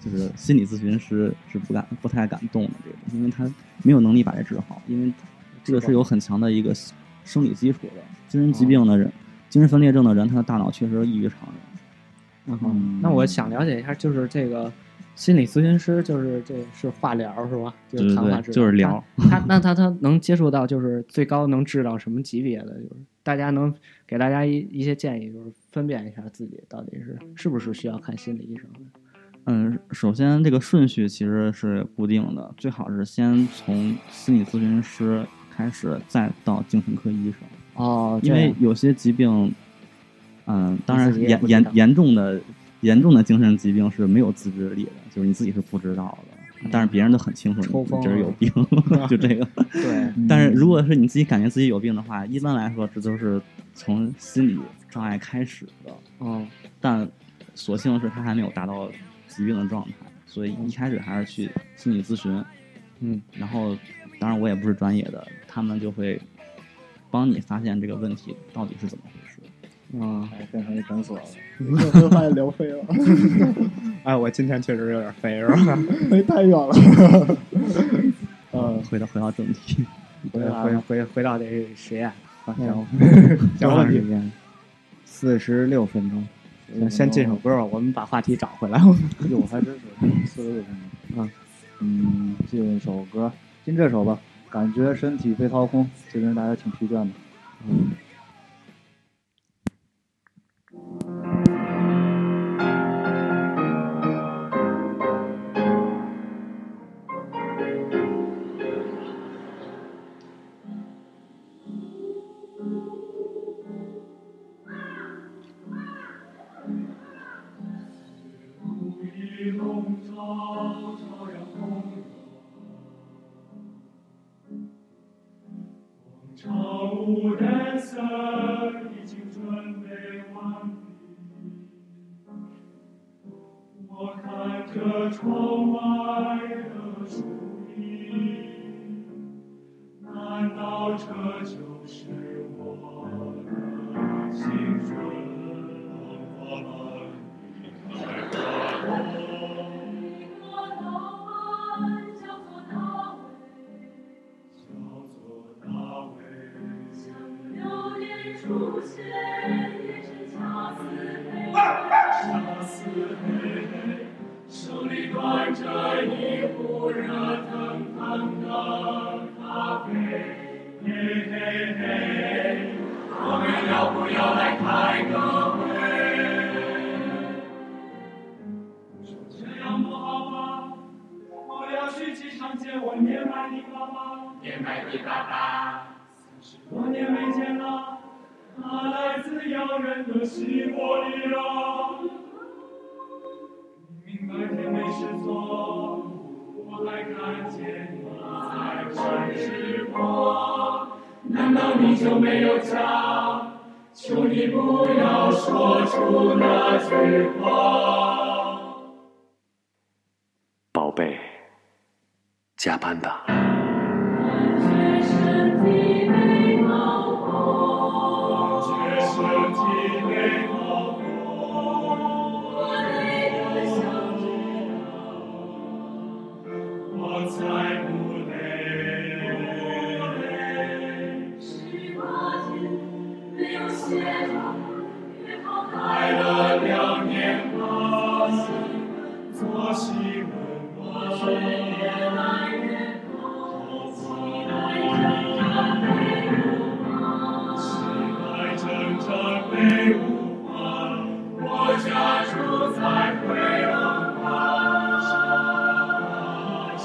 [SPEAKER 5] 就是心理咨询师是不敢不太敢动的这个，因为他没有能力把这治好，因为这个是有很强的一个生理基础的，精神疾病的人，精神分裂症的人，他的大脑确实异于常人。
[SPEAKER 3] 嗯，那我想了解一下，就是这个心理咨询师，就是这是化疗是吧？就是
[SPEAKER 5] 对
[SPEAKER 3] 谈
[SPEAKER 5] 对
[SPEAKER 3] 话
[SPEAKER 5] 对
[SPEAKER 3] 治疗，
[SPEAKER 5] 就是疗
[SPEAKER 3] 他。他那他他能接触到，就是最高能治到什么级别的？就是大家能给大家一一些建议，就是分辨一下自己到底是是不是需要看心理医生的。
[SPEAKER 5] 嗯，首先这个顺序其实是固定的，最好是先从心理咨询师开始，再到精神科医生，
[SPEAKER 3] 哦，
[SPEAKER 5] 因为有些疾病，嗯，当然
[SPEAKER 3] 自己也
[SPEAKER 5] 严
[SPEAKER 3] 不知
[SPEAKER 5] 严
[SPEAKER 3] 道
[SPEAKER 5] 严重的严重的精神疾病是没有自制力的，就是你自己是不知道的，但是别人都很清楚你
[SPEAKER 3] 嗯抽风
[SPEAKER 5] 你这
[SPEAKER 3] 啊
[SPEAKER 5] 是有 病，就这个。
[SPEAKER 3] 对，嗯
[SPEAKER 5] 但是如果是你自己感觉自己有病的话，一般来说这都是从心理障碍开始的。
[SPEAKER 3] 嗯，
[SPEAKER 5] 但所幸是他还没有达到疾病的状态，所以一开始还是去心理咨询。
[SPEAKER 3] 嗯，
[SPEAKER 5] 然后当然我也不是专业的，他们就会帮你发现这个问题到底是怎么回事。
[SPEAKER 3] 嗯，
[SPEAKER 7] 哎变成一诊所了，又又发现聊飞了，
[SPEAKER 8] 哎，我今天确实有点肥，是吧？
[SPEAKER 7] 哎，太远了。 嗯，
[SPEAKER 5] 回到回到正题，
[SPEAKER 8] 回回回回到这个实验，
[SPEAKER 7] 哎
[SPEAKER 8] 啊， 行，
[SPEAKER 7] 多
[SPEAKER 8] 行
[SPEAKER 7] 少
[SPEAKER 8] 吧，
[SPEAKER 7] 时间？四十六分钟。
[SPEAKER 8] 行先进首歌吧，我们把话题找回 来。我
[SPEAKER 4] 哟，还真是四十六分钟。啊，嗯，进一首歌，进这首吧。感觉身体被掏空，最近大家挺疲倦的。
[SPEAKER 9] 朝雾颜色已经准备完毕，我看着窗外的树影，难道这就是我的青春？我们离开了我。叫做大卫，恰似黑黑，手里端着一壶热腾腾的咖啡，嘿嘿嘿，我们要不要来开个会？说这样不好吗？我要去机场接我年迈的爸爸，年迈的爸爸，三十多年没见了，他来自遥远的西伯利亚。啊明明白天没事做，我还看见你在城市过，难道你就没有家？求你不要说出那句话。
[SPEAKER 10] 宝贝，加班吧。
[SPEAKER 9] 觉身体被掏空，我才不累。来了两年半，作息紊乱，头发乱。时代阵阵被污染，我家住在回龙观，山是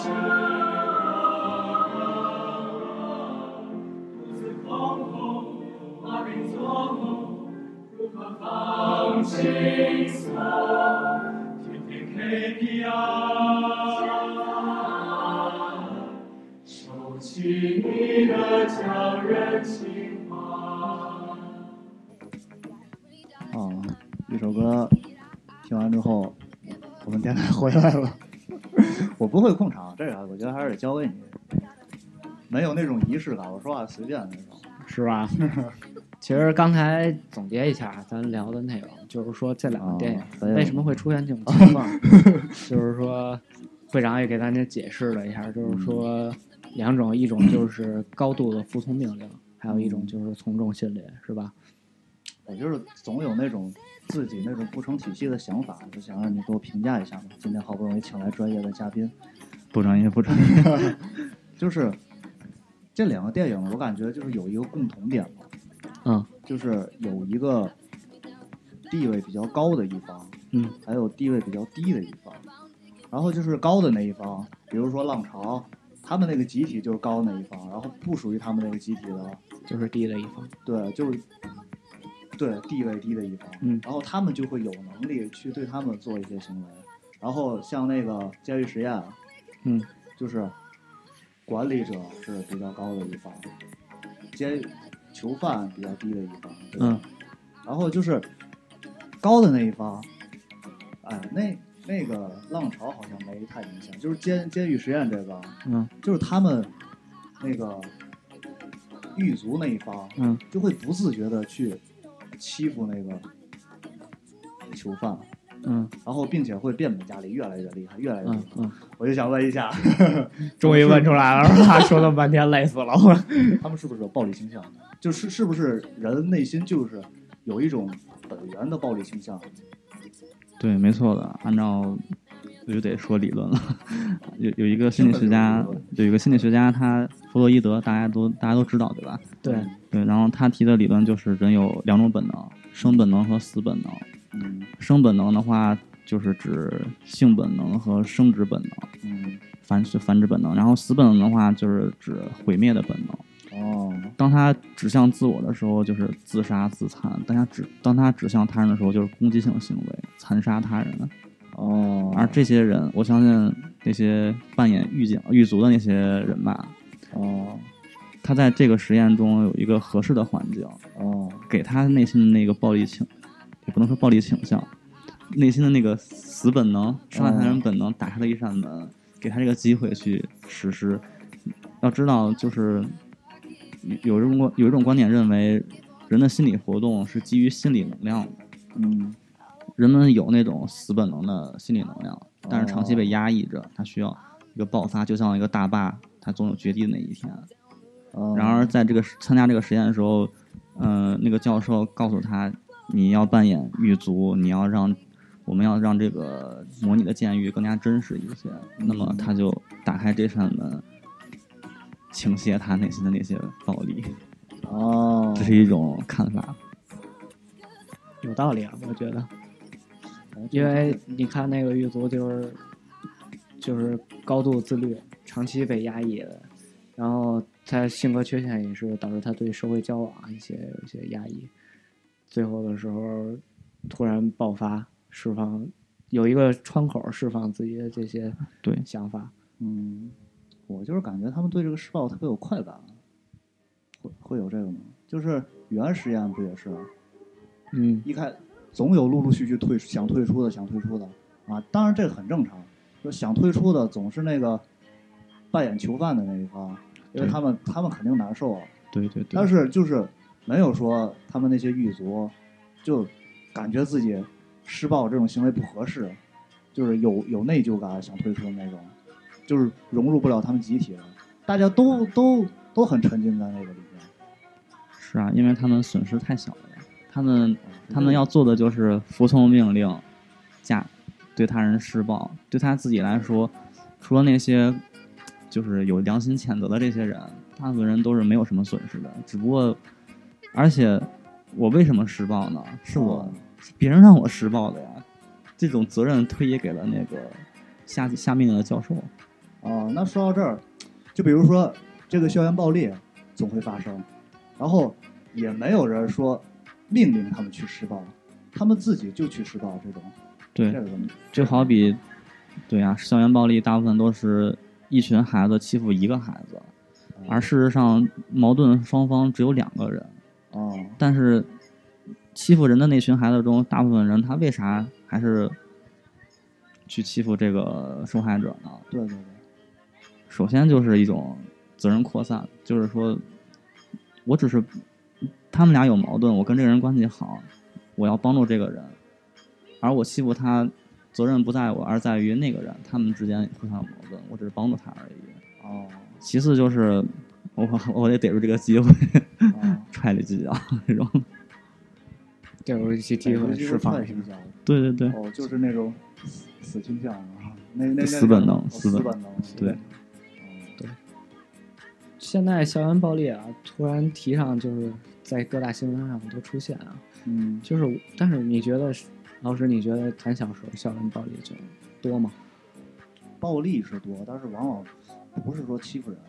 [SPEAKER 9] 我肚子空空，马病做梦，如何放轻松？起你的叫人心烦。
[SPEAKER 4] 啊，一首歌听完之后，我们电台 回来了。我不会控场，这个我觉得还是得交给你。没有那种仪式感，我说话随便那种。
[SPEAKER 3] 是 吧？其实刚才总结一下咱聊的内容，就是说这
[SPEAKER 7] 哦
[SPEAKER 3] 两个电
[SPEAKER 4] 啊
[SPEAKER 7] 哎
[SPEAKER 3] 影为什么会出现这种情况， 就是说会长也给咱这解释了一下，就是
[SPEAKER 7] 嗯
[SPEAKER 3] 说两种，一种就是高度的服从命令，还有一种就是从众心理，是吧？
[SPEAKER 4] 我就是总有那种自己那种不成体系的想法，就想让你给我评价一下嘛。今天好不容易请来专业的嘉宾，
[SPEAKER 5] 不专业，不专业。
[SPEAKER 4] 就是这两个电影，我感觉就是有一个共同点吧，
[SPEAKER 3] 嗯
[SPEAKER 4] 就是有一个地位比较高的一方，
[SPEAKER 3] 嗯，
[SPEAKER 4] 还有地位比较低的一方。然后就是高的那一方，比如说浪潮，他们那个集体就是高的那一方，然后不属于他们那个集体的，
[SPEAKER 3] 就是低的一方。
[SPEAKER 4] 对，就是对地位低的一方。
[SPEAKER 3] 嗯
[SPEAKER 4] 然后他们就会有能力去对他们做一些行为。然后像那个监狱实验，
[SPEAKER 3] 嗯，
[SPEAKER 4] 就是管理者是比较高的一方，监囚犯比较低的一方，对吧？
[SPEAKER 5] 嗯
[SPEAKER 4] 然后就是高的那一方，哎，那那个浪潮好像没太影响，就是监监狱实验这个，
[SPEAKER 5] 嗯
[SPEAKER 4] 就是他们那个狱卒那一方，
[SPEAKER 5] 嗯，
[SPEAKER 4] 就会不自觉的去欺负那个囚犯，
[SPEAKER 5] 嗯
[SPEAKER 4] 然后并且会变本加厉，越来越厉害，越来越厉害。
[SPEAKER 5] 嗯嗯，
[SPEAKER 4] 我就想问一下，
[SPEAKER 3] 终于问出来了，他说了半天累死了我。
[SPEAKER 4] 他们是不是有暴力倾向？就是是不是人内心就是有一种本源的暴力倾向？
[SPEAKER 5] 对，没错的。按照我就得说理论了，有有一个心理学家，有一个心理学家，他弗洛伊德，大家都大家都知道，对吧？
[SPEAKER 3] 对，
[SPEAKER 5] 对，然后他提的理论就是人有两种本能，生本能和死本能。
[SPEAKER 4] 嗯
[SPEAKER 5] 生本能的话，就是指性本能和生殖本能，
[SPEAKER 4] 嗯，
[SPEAKER 5] 繁殖繁殖本能。然后死本能的话，就是指毁灭的本能。
[SPEAKER 4] 哦，
[SPEAKER 5] 当他指向自我的时候，就是自杀自残；当他指当他指向他人的时候，就是攻击性行为，残杀他人。
[SPEAKER 4] 哦
[SPEAKER 5] 而这些人，我相信那些扮演狱警、狱卒的那些人吧，
[SPEAKER 4] 哦
[SPEAKER 5] 他在这个实验中有一个合适的环境，
[SPEAKER 4] 哦，
[SPEAKER 5] 给他内心的那个暴力倾，也不能说暴力倾向，内心的那个死本能、伤害他人本能打开了一扇门，给他这个机会去实施。要知道，就是有有一种观有一种观点认为，人的心理活动是基于心理能量的。
[SPEAKER 4] 嗯
[SPEAKER 5] 人们有那种死本能的心理能量，但是长期被压抑着，它需要一个爆发，就像一个大坝，它总有决堤的那一天。
[SPEAKER 4] 哦
[SPEAKER 5] 然而，在这个实参加这个实验的时候，嗯、那个教授告诉他，你要扮演狱卒，你要让我们要让这个模拟的监狱更加真实一些。那么，他就打开这扇门，倾泻他内心的那些暴力。
[SPEAKER 4] 哦，
[SPEAKER 5] 这是一种看法。
[SPEAKER 3] 有道理啊，我觉得，因为你看那个狱卒就是就是高度自律，长期被压抑的，然后他性格缺陷也是导致他对社会交往啊一些有一些压抑，最后的时候突然爆发，释放有一个窗口释放自己的这些
[SPEAKER 5] 对
[SPEAKER 3] 想法，
[SPEAKER 4] 嗯，我就是感觉他们对这个施暴特别有快感，会会有这个吗？就是原实验不也是
[SPEAKER 3] 嗯，
[SPEAKER 4] 一开总有陆陆续续退想退出的想退出的啊，当然这个很正常，就想退出的总是那个扮演囚犯的那一方，因
[SPEAKER 5] 对
[SPEAKER 4] 为他们他们肯定难受啊，
[SPEAKER 5] 对对对。
[SPEAKER 4] 但是就是没有说他们那些狱卒就感觉自己施暴这种行为不合适，就是有有内疚感想退出的那种，就是融入不了他们集体了，大家都都都很沉浸在那个里面。
[SPEAKER 5] 是啊，因为他们损失太小了呀。他们他们要做的就是服从命令，假对他人施暴。对他自己来说，除了那些就是有良心谴责的这些人，大部分人都是没有什么损失的。只不过，而且我为什么施暴呢？是我、
[SPEAKER 4] 哦
[SPEAKER 5] 是别人让我施暴的呀。这种责任推也给了那个下下命令的教授。
[SPEAKER 4] 哦，那说到这儿，就比如说这个校园暴力总会发生，然后也没有人说命令他们去施暴，他们自己就去施暴，这种
[SPEAKER 5] 对，
[SPEAKER 4] 这个东西
[SPEAKER 5] 就好比，啊对呀、校园暴力大部分都是一群孩子欺负一个孩子，而事实上矛盾双方只有两个人。
[SPEAKER 4] 哦，
[SPEAKER 5] 但是欺负人的那群孩子中，大部分人他为啥还是去欺负这个受害者呢？
[SPEAKER 4] 对对对，
[SPEAKER 5] 首先就是一种责任扩散，就是说，我只是他们俩有矛盾，我跟这个人关系好，我要帮助这个人，而我欺负他，责任不在我，而在于那个人，他们之间互相有矛盾，我只是帮助他而已。
[SPEAKER 4] 哦，
[SPEAKER 5] 其次就是我我得逮住这个机会，
[SPEAKER 4] 哦
[SPEAKER 5] 踹你几脚那种。
[SPEAKER 8] 逮住一些机会释放
[SPEAKER 4] 是
[SPEAKER 8] 一
[SPEAKER 4] 比
[SPEAKER 8] 下
[SPEAKER 4] 较，
[SPEAKER 5] 对对对，
[SPEAKER 4] 哦，就是那种死死倾向啊，那那那
[SPEAKER 5] 死本能
[SPEAKER 4] 哦
[SPEAKER 5] 死
[SPEAKER 4] 死
[SPEAKER 5] 本
[SPEAKER 4] 本能，
[SPEAKER 5] 对，
[SPEAKER 3] 现在校园暴力啊，突然提上就是在各大新闻上都出现啊。
[SPEAKER 4] 嗯，
[SPEAKER 3] 就是，但是你觉得，老师，你觉得咱小时候校园暴力就多吗？
[SPEAKER 4] 暴力是多，但是往往不是说欺负人，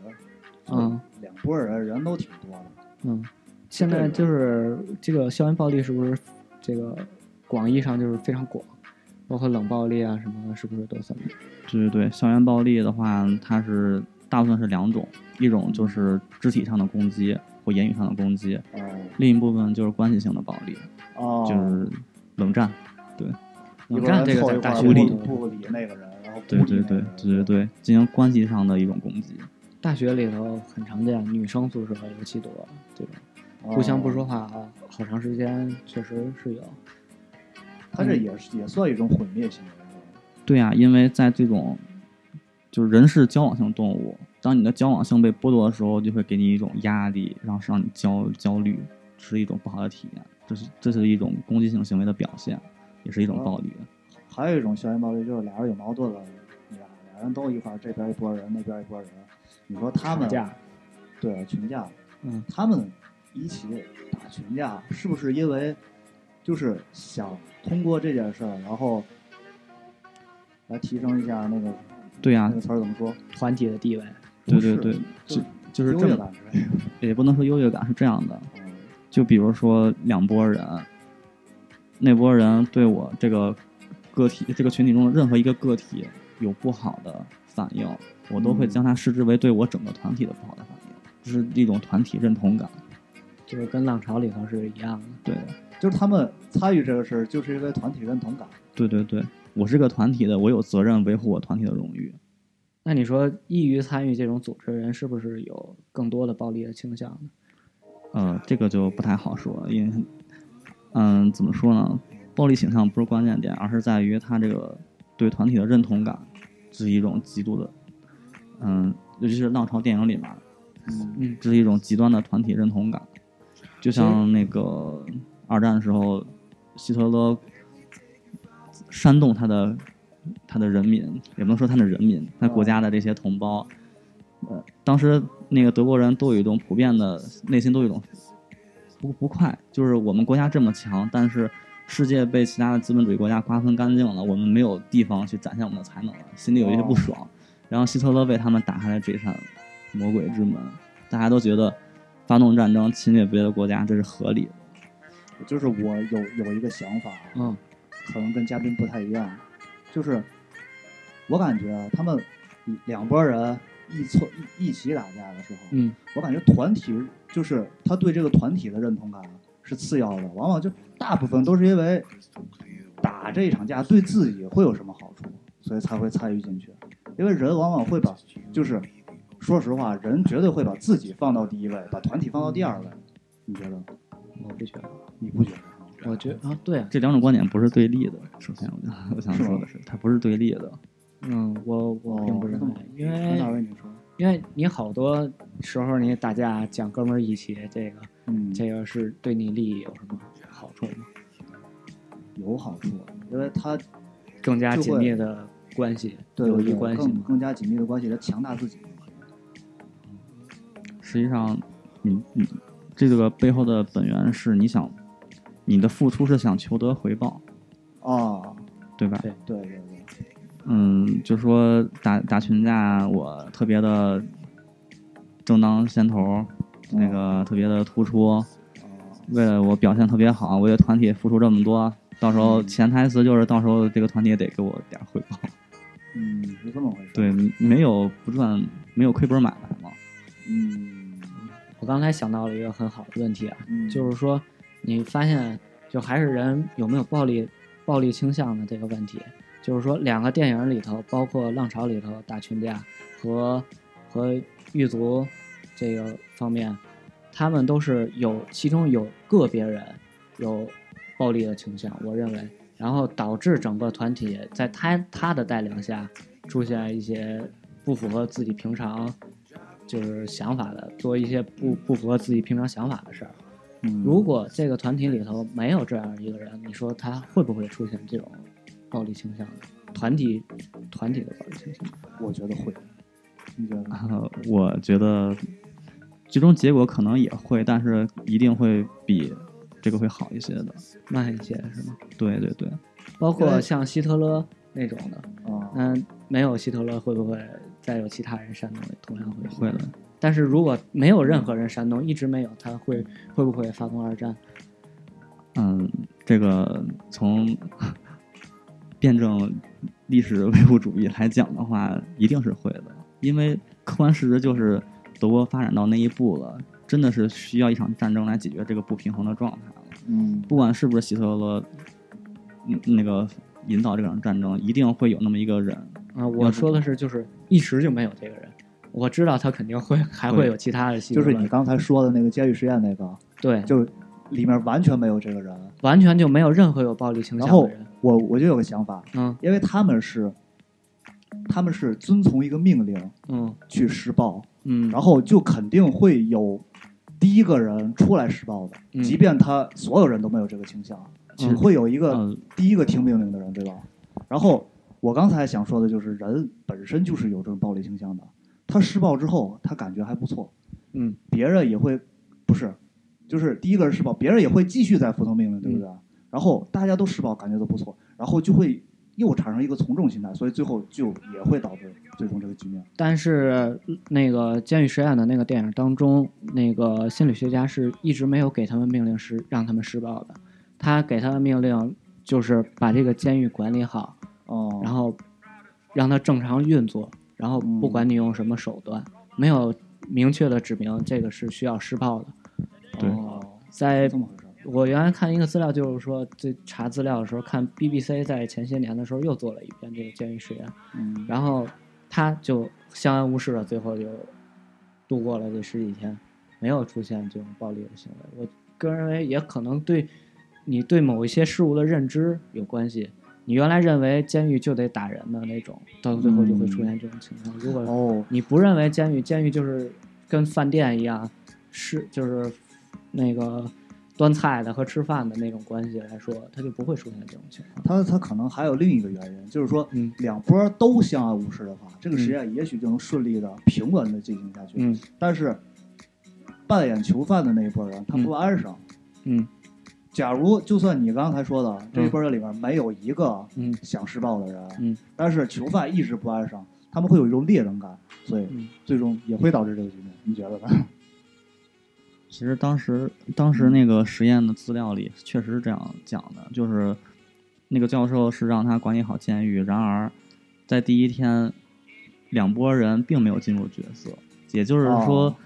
[SPEAKER 3] 嗯，
[SPEAKER 4] 两拨人人都挺多的，
[SPEAKER 3] 嗯，现在就是这个校园暴力是不是这个广义上就是非常广，包括冷暴力啊什么的，是不是都算？
[SPEAKER 5] 对对对，校园暴力的话，它是大部分是两种，一种就是肢体上的攻击或言语上的攻击，
[SPEAKER 4] 哦
[SPEAKER 5] 另一部分就是关系性的暴力，
[SPEAKER 4] 哦，
[SPEAKER 5] 就是冷战，对，
[SPEAKER 4] 一
[SPEAKER 3] 冷
[SPEAKER 4] 会
[SPEAKER 3] 战
[SPEAKER 4] 儿
[SPEAKER 3] 这个
[SPEAKER 4] 凑
[SPEAKER 3] 在
[SPEAKER 4] 一
[SPEAKER 3] 大
[SPEAKER 4] 块
[SPEAKER 3] 学
[SPEAKER 4] 儿
[SPEAKER 3] 里
[SPEAKER 4] 不不理那个人，然后不
[SPEAKER 5] 对
[SPEAKER 4] 理
[SPEAKER 5] 对
[SPEAKER 4] 那个
[SPEAKER 5] 对
[SPEAKER 4] 人
[SPEAKER 5] 对对对，进行关系上的一种攻击，
[SPEAKER 3] 大学里头很常见，女生宿舍尤其多
[SPEAKER 4] 哦
[SPEAKER 3] 这种，互相不说话啊，好长时间确实是有。嗯
[SPEAKER 4] 他这也是也算一种毁灭行为，是吧
[SPEAKER 5] 对呀、因为在这种就是人是交往性动物，当你的交往性被剥夺的时候，就会给你一种压力，然后是让你焦焦虑，是一种不好的体验，这是这是一种攻击性行为的表现，也是一种暴力。
[SPEAKER 4] 哦还有一种校园暴力就是俩人有矛盾了，俩俩人都一块儿，这边一拨人，那边一拨人，你说他们
[SPEAKER 3] 吵架
[SPEAKER 4] 对群架，
[SPEAKER 3] 嗯，
[SPEAKER 4] 他们一起打群架，是不是因为就是想通过这件事儿，然后来提升一下那个
[SPEAKER 3] 啊
[SPEAKER 5] 对呀、
[SPEAKER 4] 那个词儿怎么说？
[SPEAKER 3] 团体的地位，
[SPEAKER 5] 对
[SPEAKER 4] 嗯不
[SPEAKER 5] 对
[SPEAKER 4] 是
[SPEAKER 5] 对，就就
[SPEAKER 4] 就是优
[SPEAKER 5] 这
[SPEAKER 4] 越
[SPEAKER 5] 么
[SPEAKER 4] 感之类的。嗯
[SPEAKER 5] 也不能说优越感是这样的，就比如说两拨人，那拨人对我这个个体、这个群体中的任何一个个体有不好的反应，我都会将它视之为对我整个团体的不好的反应，这是一种团体认同感。
[SPEAKER 3] 就是跟浪潮里头是一样的。
[SPEAKER 5] 对的，
[SPEAKER 4] 就是他们参与这个事儿，就是因为团体认同感。
[SPEAKER 5] 对对对，我是个团体的，我有责任维护我团体的荣誉。
[SPEAKER 3] 那你说，易于参与这种组织的人，是不是有更多的暴力的倾向呢？
[SPEAKER 5] 呃，这个就不太好说，因为，嗯，怎么说呢？暴力倾向不是关键点，而是在于他这个对团体的认同感，这是一种极度的，嗯，尤其是浪潮电影里面，
[SPEAKER 3] 嗯，
[SPEAKER 5] 这是一种极端的团体认同感，就像那个二战时候，希特勒煽动他的他的人民，也不能说他的人民，他国家的这些同胞，呃，当时那个德国人都有一种普遍的内心都有一种不不快，就是我们国家这么强，但是世界被其他的资本主义国家瓜分干净了，我们没有地方去展现我们的才能了，心里有一
[SPEAKER 4] 哦
[SPEAKER 5] 些不爽。然后希特勒为他们打开了这扇魔鬼之门，大家都觉得发动战争侵略别的国家这是合理的。
[SPEAKER 4] 就是我有有一个想法，啊
[SPEAKER 3] 嗯，
[SPEAKER 4] 可能跟嘉宾不太一样，就是我感觉啊他们两拨人一凑一一起打架的时候，
[SPEAKER 3] 嗯，
[SPEAKER 4] 我感觉团体就是他对这个团体的认同感是次要的，往往就大部分都是因为打这一场架对自己会有什么好处，所以才会参与进去，因为人往往会把就是说实话，人绝对会把自己放到第一位，把团体放到第二位，你觉得？
[SPEAKER 3] 我不觉得，
[SPEAKER 4] 你不觉得？
[SPEAKER 3] 我觉
[SPEAKER 4] 嗯
[SPEAKER 3] 啊，对啊，
[SPEAKER 5] 这两种观点不是对立的。首先，我想我想
[SPEAKER 4] 是吗
[SPEAKER 5] 说的是，它不是对立的。
[SPEAKER 3] 嗯，我我并不认为，因
[SPEAKER 4] 哦那哪位
[SPEAKER 3] 为
[SPEAKER 4] 你说？
[SPEAKER 3] 因为你好多时候你打架讲哥们儿义气，这个
[SPEAKER 4] 嗯，
[SPEAKER 3] 这个是对你利益有什么好处吗？
[SPEAKER 4] 有好处，啊因为它
[SPEAKER 3] 更加紧密的关系，
[SPEAKER 4] 对
[SPEAKER 3] 友
[SPEAKER 4] 对
[SPEAKER 3] 谊
[SPEAKER 4] 对
[SPEAKER 3] 关系
[SPEAKER 4] 更
[SPEAKER 3] 吗？
[SPEAKER 4] 更加紧密的关系来强大自己。
[SPEAKER 5] 实际上，你你这个背后的本源是你想，你的付出是想求得回报，
[SPEAKER 4] 哦，
[SPEAKER 5] 对吧？
[SPEAKER 3] 对
[SPEAKER 4] 对对对，
[SPEAKER 5] 嗯，就说打打群架，我特别的正当先头，那个特别的突出。
[SPEAKER 4] 哦
[SPEAKER 5] 为了我表现特别好，我为团体付出这么多，到时候潜台词就是到时候这个团体也得给我点儿回报。
[SPEAKER 4] 嗯，是这么回事。
[SPEAKER 5] 对，没有不赚，没有亏本买卖嘛。
[SPEAKER 4] 嗯，
[SPEAKER 3] 我刚才想到了一个很好的问题啊，
[SPEAKER 4] 嗯
[SPEAKER 3] 就是说你发现就还是人有没有暴力暴力倾向的这个问题，就是说两个电影里头，包括《浪潮》里头大群架和和狱卒这个方面，他们都是有其中有个别人有暴力的倾向，我认为，然后导致整个团体在他他的带领下出现一些不符合自己平常就是想法的，做一些不不符合自己平常想法的事儿。如果这个团体里头没有这样一个人，你说他会不会出现这种暴力倾向呢？团体团体的暴力倾向，
[SPEAKER 4] 我觉得会。你觉得呢？
[SPEAKER 5] 呃， 我觉得最终结果可能也会，但是一定会比这个会好一些的。
[SPEAKER 3] 慢一些是吗？
[SPEAKER 5] 对对对，
[SPEAKER 3] 包括像希特勒那种的，
[SPEAKER 4] 哦
[SPEAKER 3] 嗯，没有希特勒会不会再有其他人煽动？同样会
[SPEAKER 5] 会的。
[SPEAKER 3] 但是如果没有任何人煽动，一直没有，他会会不会发动二战？
[SPEAKER 5] 嗯，这个从辩证历史唯物主义来讲的话，一定是会的，因为客观事实就是德国发展到那一步了，真的是需要一场战争来解决这个不平衡的状态了。
[SPEAKER 4] 嗯
[SPEAKER 5] 不管是不是希特勒，嗯那个引导这场战争，一定会有那么一个人。
[SPEAKER 3] 啊，我说的是就是一时就没有这个人，我知道他肯定会还会有其他的希
[SPEAKER 4] 就
[SPEAKER 3] 特勒，
[SPEAKER 4] 是你刚才说的那个监狱实验那个，
[SPEAKER 3] 对，
[SPEAKER 4] 就是里面完全没有这个人。
[SPEAKER 3] 完全就没有任何有暴力倾
[SPEAKER 4] 然
[SPEAKER 3] 向
[SPEAKER 4] 后
[SPEAKER 3] 的人。
[SPEAKER 4] 我我就有个想法，
[SPEAKER 3] 嗯
[SPEAKER 4] 因为他们是他们是遵从一个命令
[SPEAKER 3] 嗯
[SPEAKER 4] 去施暴，
[SPEAKER 3] 嗯，
[SPEAKER 4] 然后就肯定会有第一个人出来施暴的，
[SPEAKER 3] 嗯
[SPEAKER 4] 即便他所有人都没有这个倾向，只会有一个
[SPEAKER 5] 嗯
[SPEAKER 4] 第一个听命令的人，对吧？然后我刚才想说的就是，人本身就是有这种暴力倾向的。他施暴之后，他感觉还不错，
[SPEAKER 3] 嗯，
[SPEAKER 4] 别人也会不是，就是第一个人施暴，别人也会继续再服从命令，对不
[SPEAKER 3] 嗯
[SPEAKER 4] 对？然后大家都施暴，感觉都不错，然后就会又产生一个从众心态，所以最后就也会导致最终这个局面。
[SPEAKER 3] 但是呃那个《监狱实验》的那个电影当中，那个心理学家是一直没有给他们命令是让他们施暴的，他给他们命令就是把这个监狱管理好，
[SPEAKER 4] 哦，
[SPEAKER 3] 然后让它正常运作，然后不管你用什么手段，没有明确的指明这个是需要施暴的。
[SPEAKER 5] 对
[SPEAKER 4] 哦，
[SPEAKER 3] 在
[SPEAKER 4] 这么回事儿。
[SPEAKER 3] 我原来看一个资料，就是说，这查资料的时候，看 BBC 在前些年的时候又做了一遍这个监狱实验，
[SPEAKER 4] 嗯，
[SPEAKER 3] 然后他就相安无事的，最后就度过了这十几天，没有出现这种暴力的行为。我个人认为，也可能对你对某一些事物的认知有关系。你原来认为监狱就得打人的那种，到最后就会出现这种情况。如果
[SPEAKER 4] 哦，
[SPEAKER 3] 你不认为监狱，监狱就是跟饭店一样，是就是那个端菜的和吃饭的那种关系来说，它就不会出现这种情况。
[SPEAKER 4] 他他可能还有另一个原因，就是说
[SPEAKER 3] 嗯
[SPEAKER 4] 两波都相安无事的话，这个
[SPEAKER 5] 嗯
[SPEAKER 4] 实验也许就能顺利的、平稳的进行下去。
[SPEAKER 3] 嗯
[SPEAKER 4] 但是扮演囚犯的那一波人，他不安生。
[SPEAKER 3] 嗯
[SPEAKER 4] 假如就算你刚才说的这一波
[SPEAKER 5] 嗯
[SPEAKER 4] 人里面没有一个
[SPEAKER 3] 嗯
[SPEAKER 4] 想施暴的人，
[SPEAKER 3] 嗯
[SPEAKER 4] 但是囚犯一直不安生，他们会有一种劣等感，所以
[SPEAKER 3] 嗯
[SPEAKER 4] 最终也会导致这个局面。你觉 得呢？
[SPEAKER 5] 其实当时当时那个实验的资料里确实是这样讲的，就是那个教授是让他管理好监狱，然而在第一天，两拨人并没有进入角色，也就是说，
[SPEAKER 4] 哦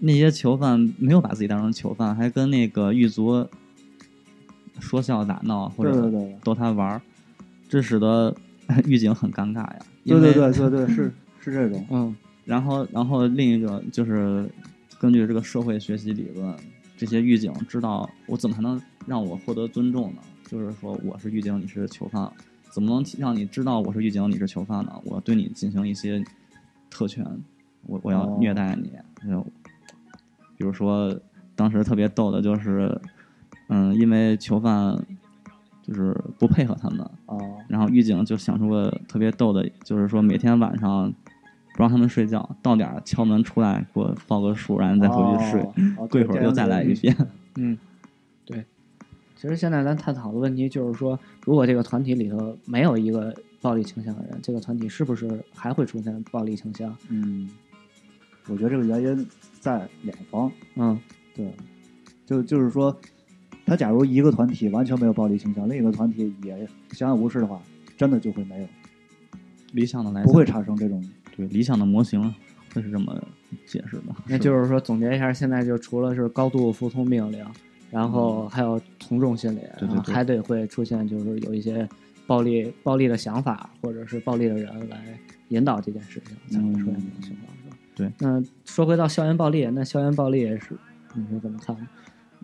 [SPEAKER 5] 那些囚犯没有把自己当成囚犯，还跟那个狱卒说笑打闹或
[SPEAKER 4] 对对
[SPEAKER 5] 者
[SPEAKER 4] 对对
[SPEAKER 5] 逗他玩儿，这使得 狱警很尴尬呀。因
[SPEAKER 4] 对对
[SPEAKER 5] 为
[SPEAKER 4] 对对对，是是这种。
[SPEAKER 3] 嗯
[SPEAKER 5] 然后，然后另一个就是根据这个社会学习理论，这些狱警知道我怎么才能让我获得尊重呢？就是说我是狱警，你是囚犯，怎么能提让你知道我是狱警，你是囚犯呢？我对你进行一些特权，我我要
[SPEAKER 4] 哦
[SPEAKER 5] 虐待你。然后比如说，当时特别逗的就是，嗯，因为囚犯就是不配合他们，
[SPEAKER 4] 啊
[SPEAKER 5] 然后狱警就想出个特别逗的，就是说每天晚上不让他们睡觉，到点儿敲门出来给我报个数， 然后再回去睡，
[SPEAKER 4] 哦 哦
[SPEAKER 5] 过一
[SPEAKER 4] 对
[SPEAKER 5] 会儿
[SPEAKER 4] 这
[SPEAKER 5] 又
[SPEAKER 4] 样
[SPEAKER 5] 再
[SPEAKER 4] 子
[SPEAKER 5] 来一遍。
[SPEAKER 3] 嗯，对。其实现在咱探讨的问题就是说，如果这个团体里头没有一个暴力倾向的人，这个团体是不是还会出现暴力倾向？
[SPEAKER 4] 嗯，我觉得这个原因在两方，
[SPEAKER 3] 嗯
[SPEAKER 4] 对，就就是说，他假如一个团体完全没有暴力倾向，另一个团体也相安无事的话，真的就会没有，
[SPEAKER 5] 理想的来
[SPEAKER 4] 不会
[SPEAKER 5] 讲
[SPEAKER 4] 产生这种
[SPEAKER 5] 对理想的模型他是这么解释的。
[SPEAKER 3] 那就是说，总结一下，现在就除了是高度服从命令，然后还有从众心理，
[SPEAKER 5] 嗯对对
[SPEAKER 3] 然后
[SPEAKER 5] 对
[SPEAKER 3] 还得会出现就是有一些暴力、暴力的想法或者是暴力的人来引导这件事情，才会出现这种情况，是吧？
[SPEAKER 5] 嗯对。
[SPEAKER 3] 那说回到校园暴力，那校园暴力是你是怎么看的？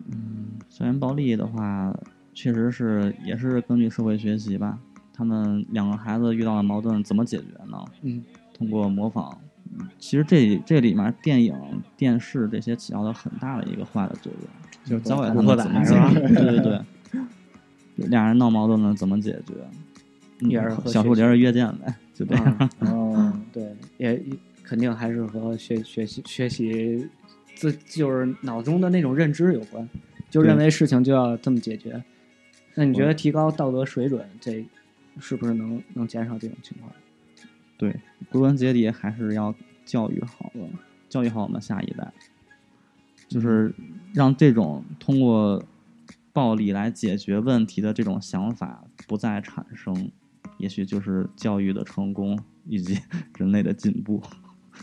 [SPEAKER 5] 校园暴力的话，确实是也是根据社会学习吧，他们两个孩子遇到了矛盾怎么解决呢？
[SPEAKER 3] 嗯，
[SPEAKER 5] 通过模仿。嗯其实这这里面电影、电视这些起到了很大的一个化的作用，
[SPEAKER 3] 就是
[SPEAKER 5] 教给
[SPEAKER 3] 打
[SPEAKER 5] 他
[SPEAKER 3] 破
[SPEAKER 5] 们
[SPEAKER 3] 打
[SPEAKER 5] 怎么
[SPEAKER 3] 是
[SPEAKER 5] 解
[SPEAKER 3] 吧
[SPEAKER 5] 决。对对对， 对俩人闹矛盾了怎么解决？嗯
[SPEAKER 3] 也是和
[SPEAKER 5] 小树
[SPEAKER 3] 学习嗯
[SPEAKER 5] 林儿约见呗，就这样。
[SPEAKER 3] 哦，对，也肯定还是和学学习学习自就是脑中的那种认知有关，就
[SPEAKER 5] 对
[SPEAKER 3] 认为事情就要这么解决。那你觉得提高道德水准，这是不是能能减少这种情况？
[SPEAKER 5] 对，归根结底还是要教育好了，教育好我们下一代，就是让这种通过暴力来解决问题的这种想法不再产生，也许就是教育的成功以及 人类的进步。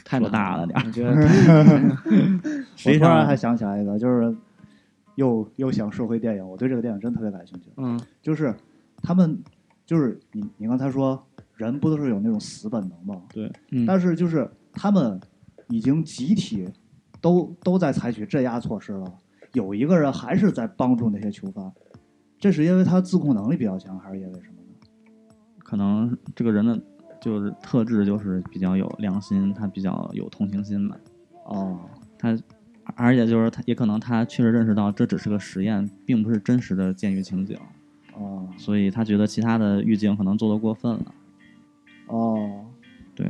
[SPEAKER 3] 太
[SPEAKER 5] 说大了点儿，
[SPEAKER 3] 我觉得太
[SPEAKER 5] 实际
[SPEAKER 4] 我突然
[SPEAKER 5] 上
[SPEAKER 4] 还想起来一个，就是又又想说回电影，我对这个电影真特别感兴趣。
[SPEAKER 3] 嗯，
[SPEAKER 4] 就是他们，就是你你刚才说人不都是有那种死本能吗？
[SPEAKER 5] 对，
[SPEAKER 3] 嗯
[SPEAKER 4] 但是就是他们已经集体都都在采取镇压措施了，有一个人还是在帮助那些囚犯，这是因为他自控能力比较强，还是因为什么呢？
[SPEAKER 5] 可能这个人的就是特质就是比较有良心，他比较有同情心吧。
[SPEAKER 4] 哦，
[SPEAKER 5] 他，而且就是他也可能他确实认识到这只是个实验，并不是真实的监狱情景。
[SPEAKER 4] 哦
[SPEAKER 5] 所以他觉得其他的狱警可能做的过分了。
[SPEAKER 4] 哦，
[SPEAKER 5] 对，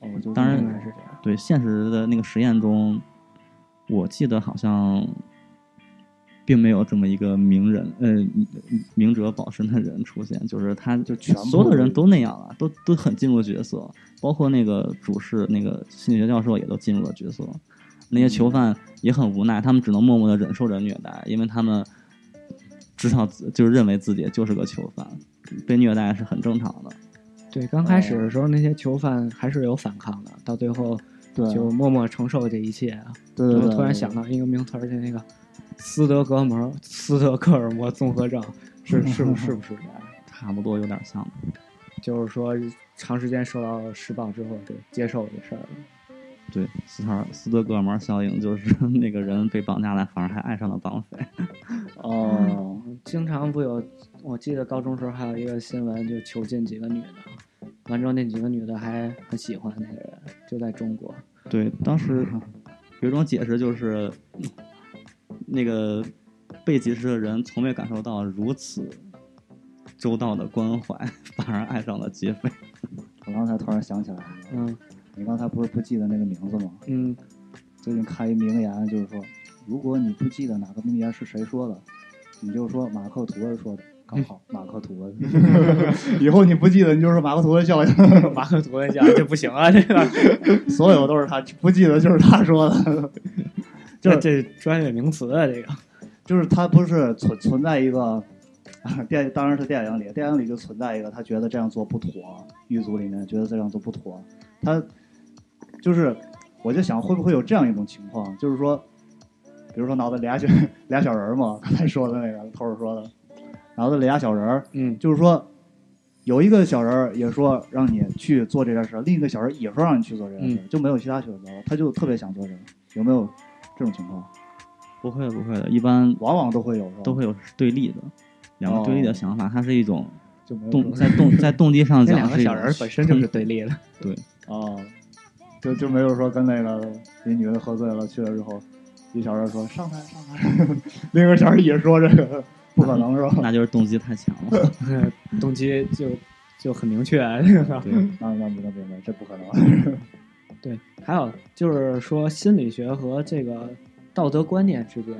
[SPEAKER 4] 哦我就
[SPEAKER 5] 当然
[SPEAKER 4] 明白是这样。
[SPEAKER 5] 对，现实的那个实验中，我记得好像并没有这么一个名人，呃，明哲保身的人出现，就是他就
[SPEAKER 4] 全部
[SPEAKER 5] 所有的人都那样了，都都很进入角色，包括那个主事那个心理学教授也都进入了角色。那些
[SPEAKER 4] 嗯
[SPEAKER 5] 囚犯也很无奈，他们只能默默的忍受着虐待，因为他们知道自就是认为自己就是个囚犯，被虐待是很正常的。
[SPEAKER 3] 对，刚开始的时候那些囚犯还是有反抗的，到最后
[SPEAKER 4] 对
[SPEAKER 3] 就默默承受这一切啊。
[SPEAKER 4] 对对对
[SPEAKER 3] 我突然
[SPEAKER 4] 对
[SPEAKER 3] 想到一个名词儿，就那个斯德哥尔摩斯德哥尔摩综合症，是是不是不是这样？
[SPEAKER 5] 差不多有点像。
[SPEAKER 3] 就是说长时间受到施暴之后，就接受这事儿了。
[SPEAKER 5] 对，斯塔尔斯德哥尔摩效应就是 那个人被绑架了，反而还爱上了绑匪。
[SPEAKER 4] 哦，
[SPEAKER 3] 经常不有，我记得高中时候还有一个新闻，就囚禁几个女的，完之后那几个女的还很喜欢那个人，就在中国。
[SPEAKER 5] 对，当时有一种解释就是，嗯那个被劫持的人从未感受到如此周到的关怀， 反而爱上了劫匪。
[SPEAKER 4] 我刚才突然想起来了，
[SPEAKER 3] 嗯
[SPEAKER 4] 你刚才不是不记得那个名字吗？
[SPEAKER 3] 嗯，
[SPEAKER 4] 最近看一名言，就是说，如果你不记得哪个名言是谁说的，你就说马克吐温说的。刚好，马克吐温。以后你不记得，你就说马克吐温效应，
[SPEAKER 3] 马克吐温讲这不行啊，这 个
[SPEAKER 4] 所有都是他，不记得就是他说的。
[SPEAKER 3] 这这专业名词啊，这个
[SPEAKER 4] 就是他不是存存在一个 电，当然是电影里，电影里就存在一个他觉得这样做不妥，狱卒里面觉得这样做不妥，他就是我就想会不会有这样一种情况，就是说，比如说脑子里俩小 俩小人儿嘛，刚才说的那个 头儿说的，脑子里俩小人儿，
[SPEAKER 3] 嗯，
[SPEAKER 4] 就是说有一个小人儿也说让你去做这件事儿，另一个小人儿也说让你去做这件事儿，就没有其他选择了，他就特别想做这个，有没有这种情况？
[SPEAKER 5] 不会不会的，一般
[SPEAKER 4] 往往都会有，是吧
[SPEAKER 5] 都会有对立的，两个对立的想法，它是一种
[SPEAKER 4] 就没有这
[SPEAKER 5] 动
[SPEAKER 4] 种
[SPEAKER 5] 在 动在动机上
[SPEAKER 3] 哦那
[SPEAKER 5] 讲
[SPEAKER 3] 两
[SPEAKER 5] 是
[SPEAKER 3] 个
[SPEAKER 5] 一
[SPEAKER 3] 小
[SPEAKER 5] 种
[SPEAKER 3] 人儿本身就是对 立的。
[SPEAKER 5] 对。
[SPEAKER 4] 哦，
[SPEAKER 5] 啊
[SPEAKER 4] 就就没有说跟那个一女的喝醉了去了之后，一小人说上台上台， 另一个小人也说这个不可能是吧？
[SPEAKER 5] 那就是动机太强 了。
[SPEAKER 3] 动机就就很明确。啊
[SPEAKER 5] 对，
[SPEAKER 4] 那那明白明白，这不可能。
[SPEAKER 3] 对，还有就是说心理学和这个道德观念之间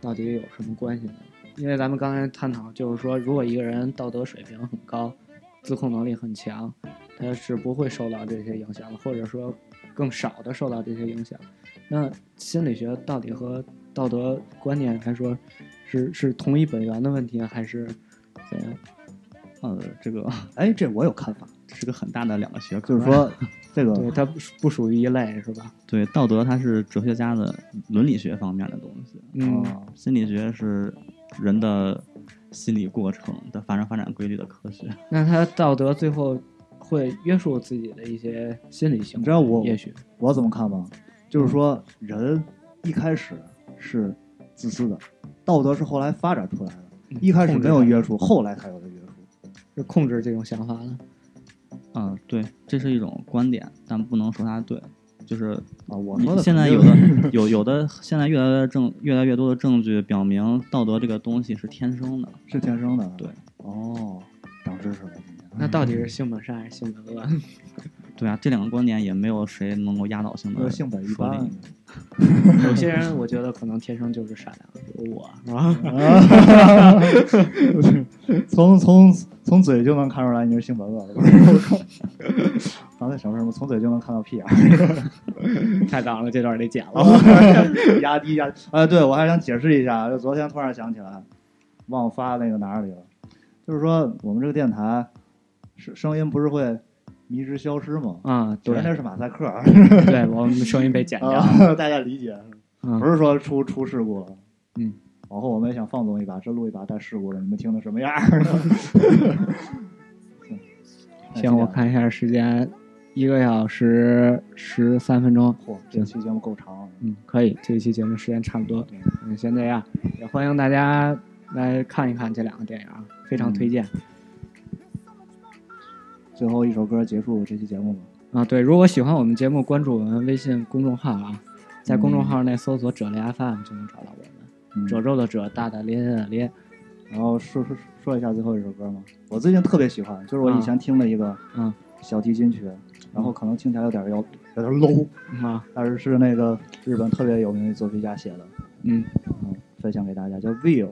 [SPEAKER 3] 到底有什么关系呢？因为咱们刚才探讨，就是说，如果一个人道德水平很高，自控能力很强，他是不会受到这些影响的，或者说更少的受到这些影响。那心理学到底和道德观念来说是是同一本源的问题，还是怎样？
[SPEAKER 5] 呃，这个
[SPEAKER 4] 哎，这我有看法，
[SPEAKER 5] 这是个很大的两个学科。
[SPEAKER 4] 就是说这个
[SPEAKER 3] 对它不不属于一类是吧？
[SPEAKER 5] 对，道德它是哲学家的伦理学方面的东西，
[SPEAKER 3] 嗯
[SPEAKER 5] 哦心理学是人的心理过程的发展发展规律的科学。
[SPEAKER 3] 那他道德最后会约束自己的一些心理行为，
[SPEAKER 4] 你知道我
[SPEAKER 3] 也许
[SPEAKER 4] 我怎么看吗？就是说，人一开始是自私的，道德是后来发展出来的。
[SPEAKER 5] 嗯
[SPEAKER 4] 一开始没有约束，后来才有的约束。
[SPEAKER 3] 是控制这种想法的。
[SPEAKER 5] 啊、对，这是一种观点，但不能说它对，就是
[SPEAKER 4] 啊，我
[SPEAKER 5] 你
[SPEAKER 4] 说的
[SPEAKER 5] 现在
[SPEAKER 4] 肯
[SPEAKER 5] 有
[SPEAKER 4] 定
[SPEAKER 5] 的有有的现在越来越证越来越多的证据表明道德这个东西是天生的，
[SPEAKER 4] 是天生的。
[SPEAKER 5] 对，
[SPEAKER 4] 哦，长知识了今天。
[SPEAKER 3] 那到底是性本善还是性本恶？
[SPEAKER 5] 对啊，这两个观点也没有谁能够压倒性
[SPEAKER 4] 说
[SPEAKER 5] 的
[SPEAKER 4] 性本一
[SPEAKER 5] 说
[SPEAKER 4] 般啊
[SPEAKER 5] 理。，
[SPEAKER 3] 有些人我觉得可能天生就是善良，比如我是吧？
[SPEAKER 4] 从从从嘴就能看出来你是性本恶的。 刚才什么什么，从嘴就能看到屁眼儿。
[SPEAKER 3] 太脏了，这段得剪了。
[SPEAKER 4] 压低压低。哎，对，我还想解释一下，就昨天突然想起来，忘发那个哪里了。就是说，我们这个电台声声音不是会迷之消失吗？
[SPEAKER 3] 啊，对
[SPEAKER 4] 原来是马赛克，
[SPEAKER 3] 对，我们声音被剪 掉了。
[SPEAKER 4] 啊，大家理解，
[SPEAKER 3] 嗯
[SPEAKER 4] 不是说出出事故了。
[SPEAKER 3] 嗯，
[SPEAKER 4] 往后我们也想放纵一把，这录一把带事故的，你们听的什么样儿？
[SPEAKER 3] 行，我看一下时间，一个小时十三分钟。
[SPEAKER 4] 嚯，这期节目够长。
[SPEAKER 3] 嗯，可以，这一期节目时间差不多，嗯，先这样，也欢迎大家来看一看这两个电影啊，非常推荐、
[SPEAKER 4] 最后一首歌结束这期节目吧。
[SPEAKER 3] 啊。对，如果喜欢我们节目，关注我们微信公众号啊，在公众号内搜索“哲类 FM” 就能找到我们。
[SPEAKER 4] 嗯
[SPEAKER 3] 褶皱的褶，大大咧咧的咧，
[SPEAKER 4] 然后说说说一下最后一首歌吗？我最近特别喜欢，就是我以前听的一个
[SPEAKER 3] 嗯
[SPEAKER 4] 小提琴曲，然后可能听起来有点儿有有点儿 low，
[SPEAKER 3] 啊，
[SPEAKER 4] 但是是那个日本特别有名的作曲家写的，
[SPEAKER 3] 嗯，
[SPEAKER 4] 嗯，分享给大家，叫 Will，